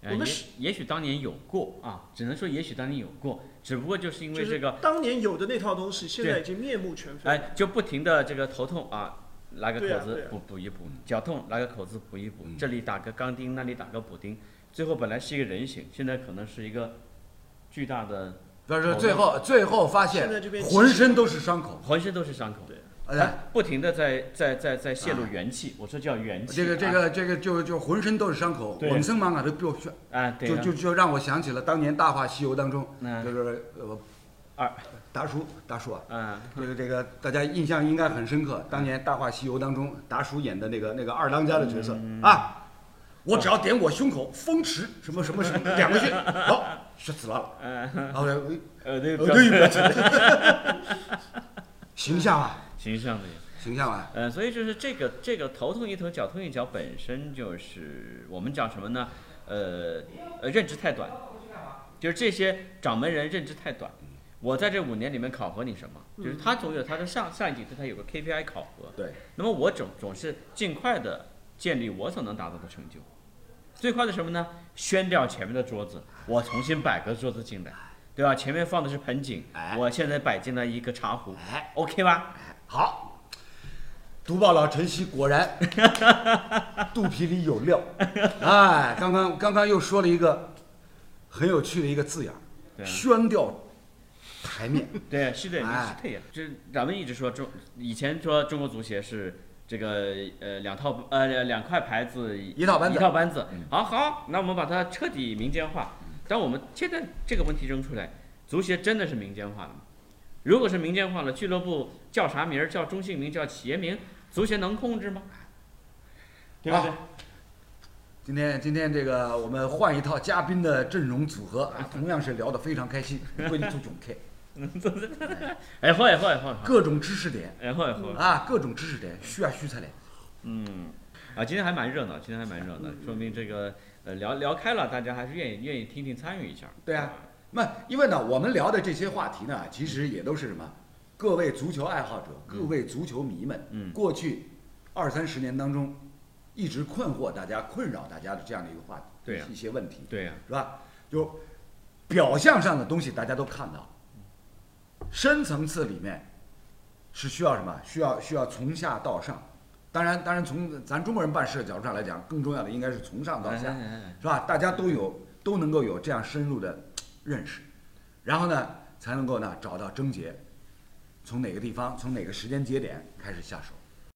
[SPEAKER 2] 呃
[SPEAKER 3] 我们
[SPEAKER 2] 也
[SPEAKER 3] 是
[SPEAKER 2] 也许当年有过啊，只能说也许当年有过，只不过就是因
[SPEAKER 3] 就
[SPEAKER 2] 为这
[SPEAKER 3] 是
[SPEAKER 2] 个
[SPEAKER 3] 当年有的那套东西，现在已经面目全非。
[SPEAKER 2] 哎，就不停的这个头痛啊，拉个
[SPEAKER 3] 对啊
[SPEAKER 2] 口子
[SPEAKER 3] 对啊
[SPEAKER 2] 补补一补，脚痛拉个口子补一补，
[SPEAKER 1] 嗯
[SPEAKER 2] 这里打个钢钉，那里打个补丁，最后本来是一个人形，现在可能是一个巨大的，
[SPEAKER 1] 但是
[SPEAKER 2] 好
[SPEAKER 1] 最后最后发现
[SPEAKER 3] 现在这边
[SPEAKER 1] 浑身都是伤口，
[SPEAKER 2] 浑身都是伤口，
[SPEAKER 3] 对
[SPEAKER 1] 哎呀，
[SPEAKER 2] 不停的在在在在泄露元气，我说叫元气啊，
[SPEAKER 1] 这个这个这个就就浑身都是伤口，
[SPEAKER 2] 对
[SPEAKER 1] 浑身满满的就
[SPEAKER 2] 啊，对
[SPEAKER 1] 就
[SPEAKER 2] 啊，
[SPEAKER 1] 就就让我想起了当年《大话西游》当中，
[SPEAKER 2] 嗯
[SPEAKER 1] 就是呃
[SPEAKER 2] 二
[SPEAKER 1] 达叔达叔啊，
[SPEAKER 2] 嗯，
[SPEAKER 1] 这个这个大家印象应该很深刻。当年《大话西游》当中，达叔演的那个那个二当家的角色、啊，我只要点我胸口风池什么什么什么两个穴，好，血死了。然后呢
[SPEAKER 2] 呃，那
[SPEAKER 1] 呃
[SPEAKER 2] 个
[SPEAKER 1] 呃
[SPEAKER 2] 表
[SPEAKER 1] 对不起，形象啊，
[SPEAKER 2] 形象的呀。
[SPEAKER 1] 形象啊，
[SPEAKER 2] 呃，所以就是这个这个头痛一头脚痛一脚，本身就是我们讲什么呢？呃呃，认知太短，就是这些掌门人认知太短。我在这五年里面考核你什么？就是他总有他的上上一级对他有个 KPI 考核，
[SPEAKER 1] 对，
[SPEAKER 2] 那么我总总是尽快的建立我所能达到的成就。最快的什么呢？掀掉前面的桌子，我重新摆个桌子进来，对吧？前面放的是盆景，
[SPEAKER 1] 哎
[SPEAKER 2] 我现在摆进来一个茶壶
[SPEAKER 1] 哎
[SPEAKER 2] ，OK 吧？
[SPEAKER 1] 好。读报老晨曦果 [LAUGHS] 然肚皮里有料，哎，刚刚刚刚又说了一个很有趣的一个字眼儿，
[SPEAKER 2] 对啊
[SPEAKER 1] 宣掉台 [LAUGHS] 面，
[SPEAKER 2] 对，是的，你
[SPEAKER 1] 哎
[SPEAKER 2] 是对呀。就是咱们一直说中，以前说中国足协是这个呃两套呃两块牌子
[SPEAKER 1] 一套班子嗯
[SPEAKER 2] 一套班子。好好，那我们把它彻底民间化。但我们现在这个问题扔出来，足协真的是民间化了吗？如果是民间化了，俱乐部叫啥名儿？叫中性名？叫企业名？足协能控制吗？对吧？
[SPEAKER 1] 啊今天今天这个我们换一套嘉宾的阵容组合啊，同样是聊得非常开 [LAUGHS] 心，为你做总结，
[SPEAKER 2] 哎，好哎好哎好哎好，
[SPEAKER 1] 各种知识点
[SPEAKER 2] 哎好哎好。
[SPEAKER 1] 啊，各种知识点，需要需出来。
[SPEAKER 2] 嗯，啊，今天还蛮热闹，今天还蛮热闹，
[SPEAKER 1] 嗯
[SPEAKER 2] 说明这个呃聊聊开了，大家还是愿意愿意听听参与一下。
[SPEAKER 1] 对啊，那因为呢，我们聊的这些话题呢，其实也都是什么？各位足球爱好者，各位足球迷们，
[SPEAKER 2] 嗯
[SPEAKER 1] 过去二三十年当中，一直困惑大家、困扰大家的这样的一个话题，
[SPEAKER 2] 对啊
[SPEAKER 1] 一些问题，
[SPEAKER 2] 对呀、
[SPEAKER 1] 是吧？就表象上的东西大家都看到了，深层次里面是需要什么？需要需要从下到上。当然，当然从咱中国人办事的角度上来讲，更重要的应该是从上到
[SPEAKER 2] 来
[SPEAKER 1] 下
[SPEAKER 2] 来，来来
[SPEAKER 1] 是吧？大家都有都能够有这样深入的认识，然后呢，才能够呢找到症结，从哪个地方，从哪个时间节点开始下手。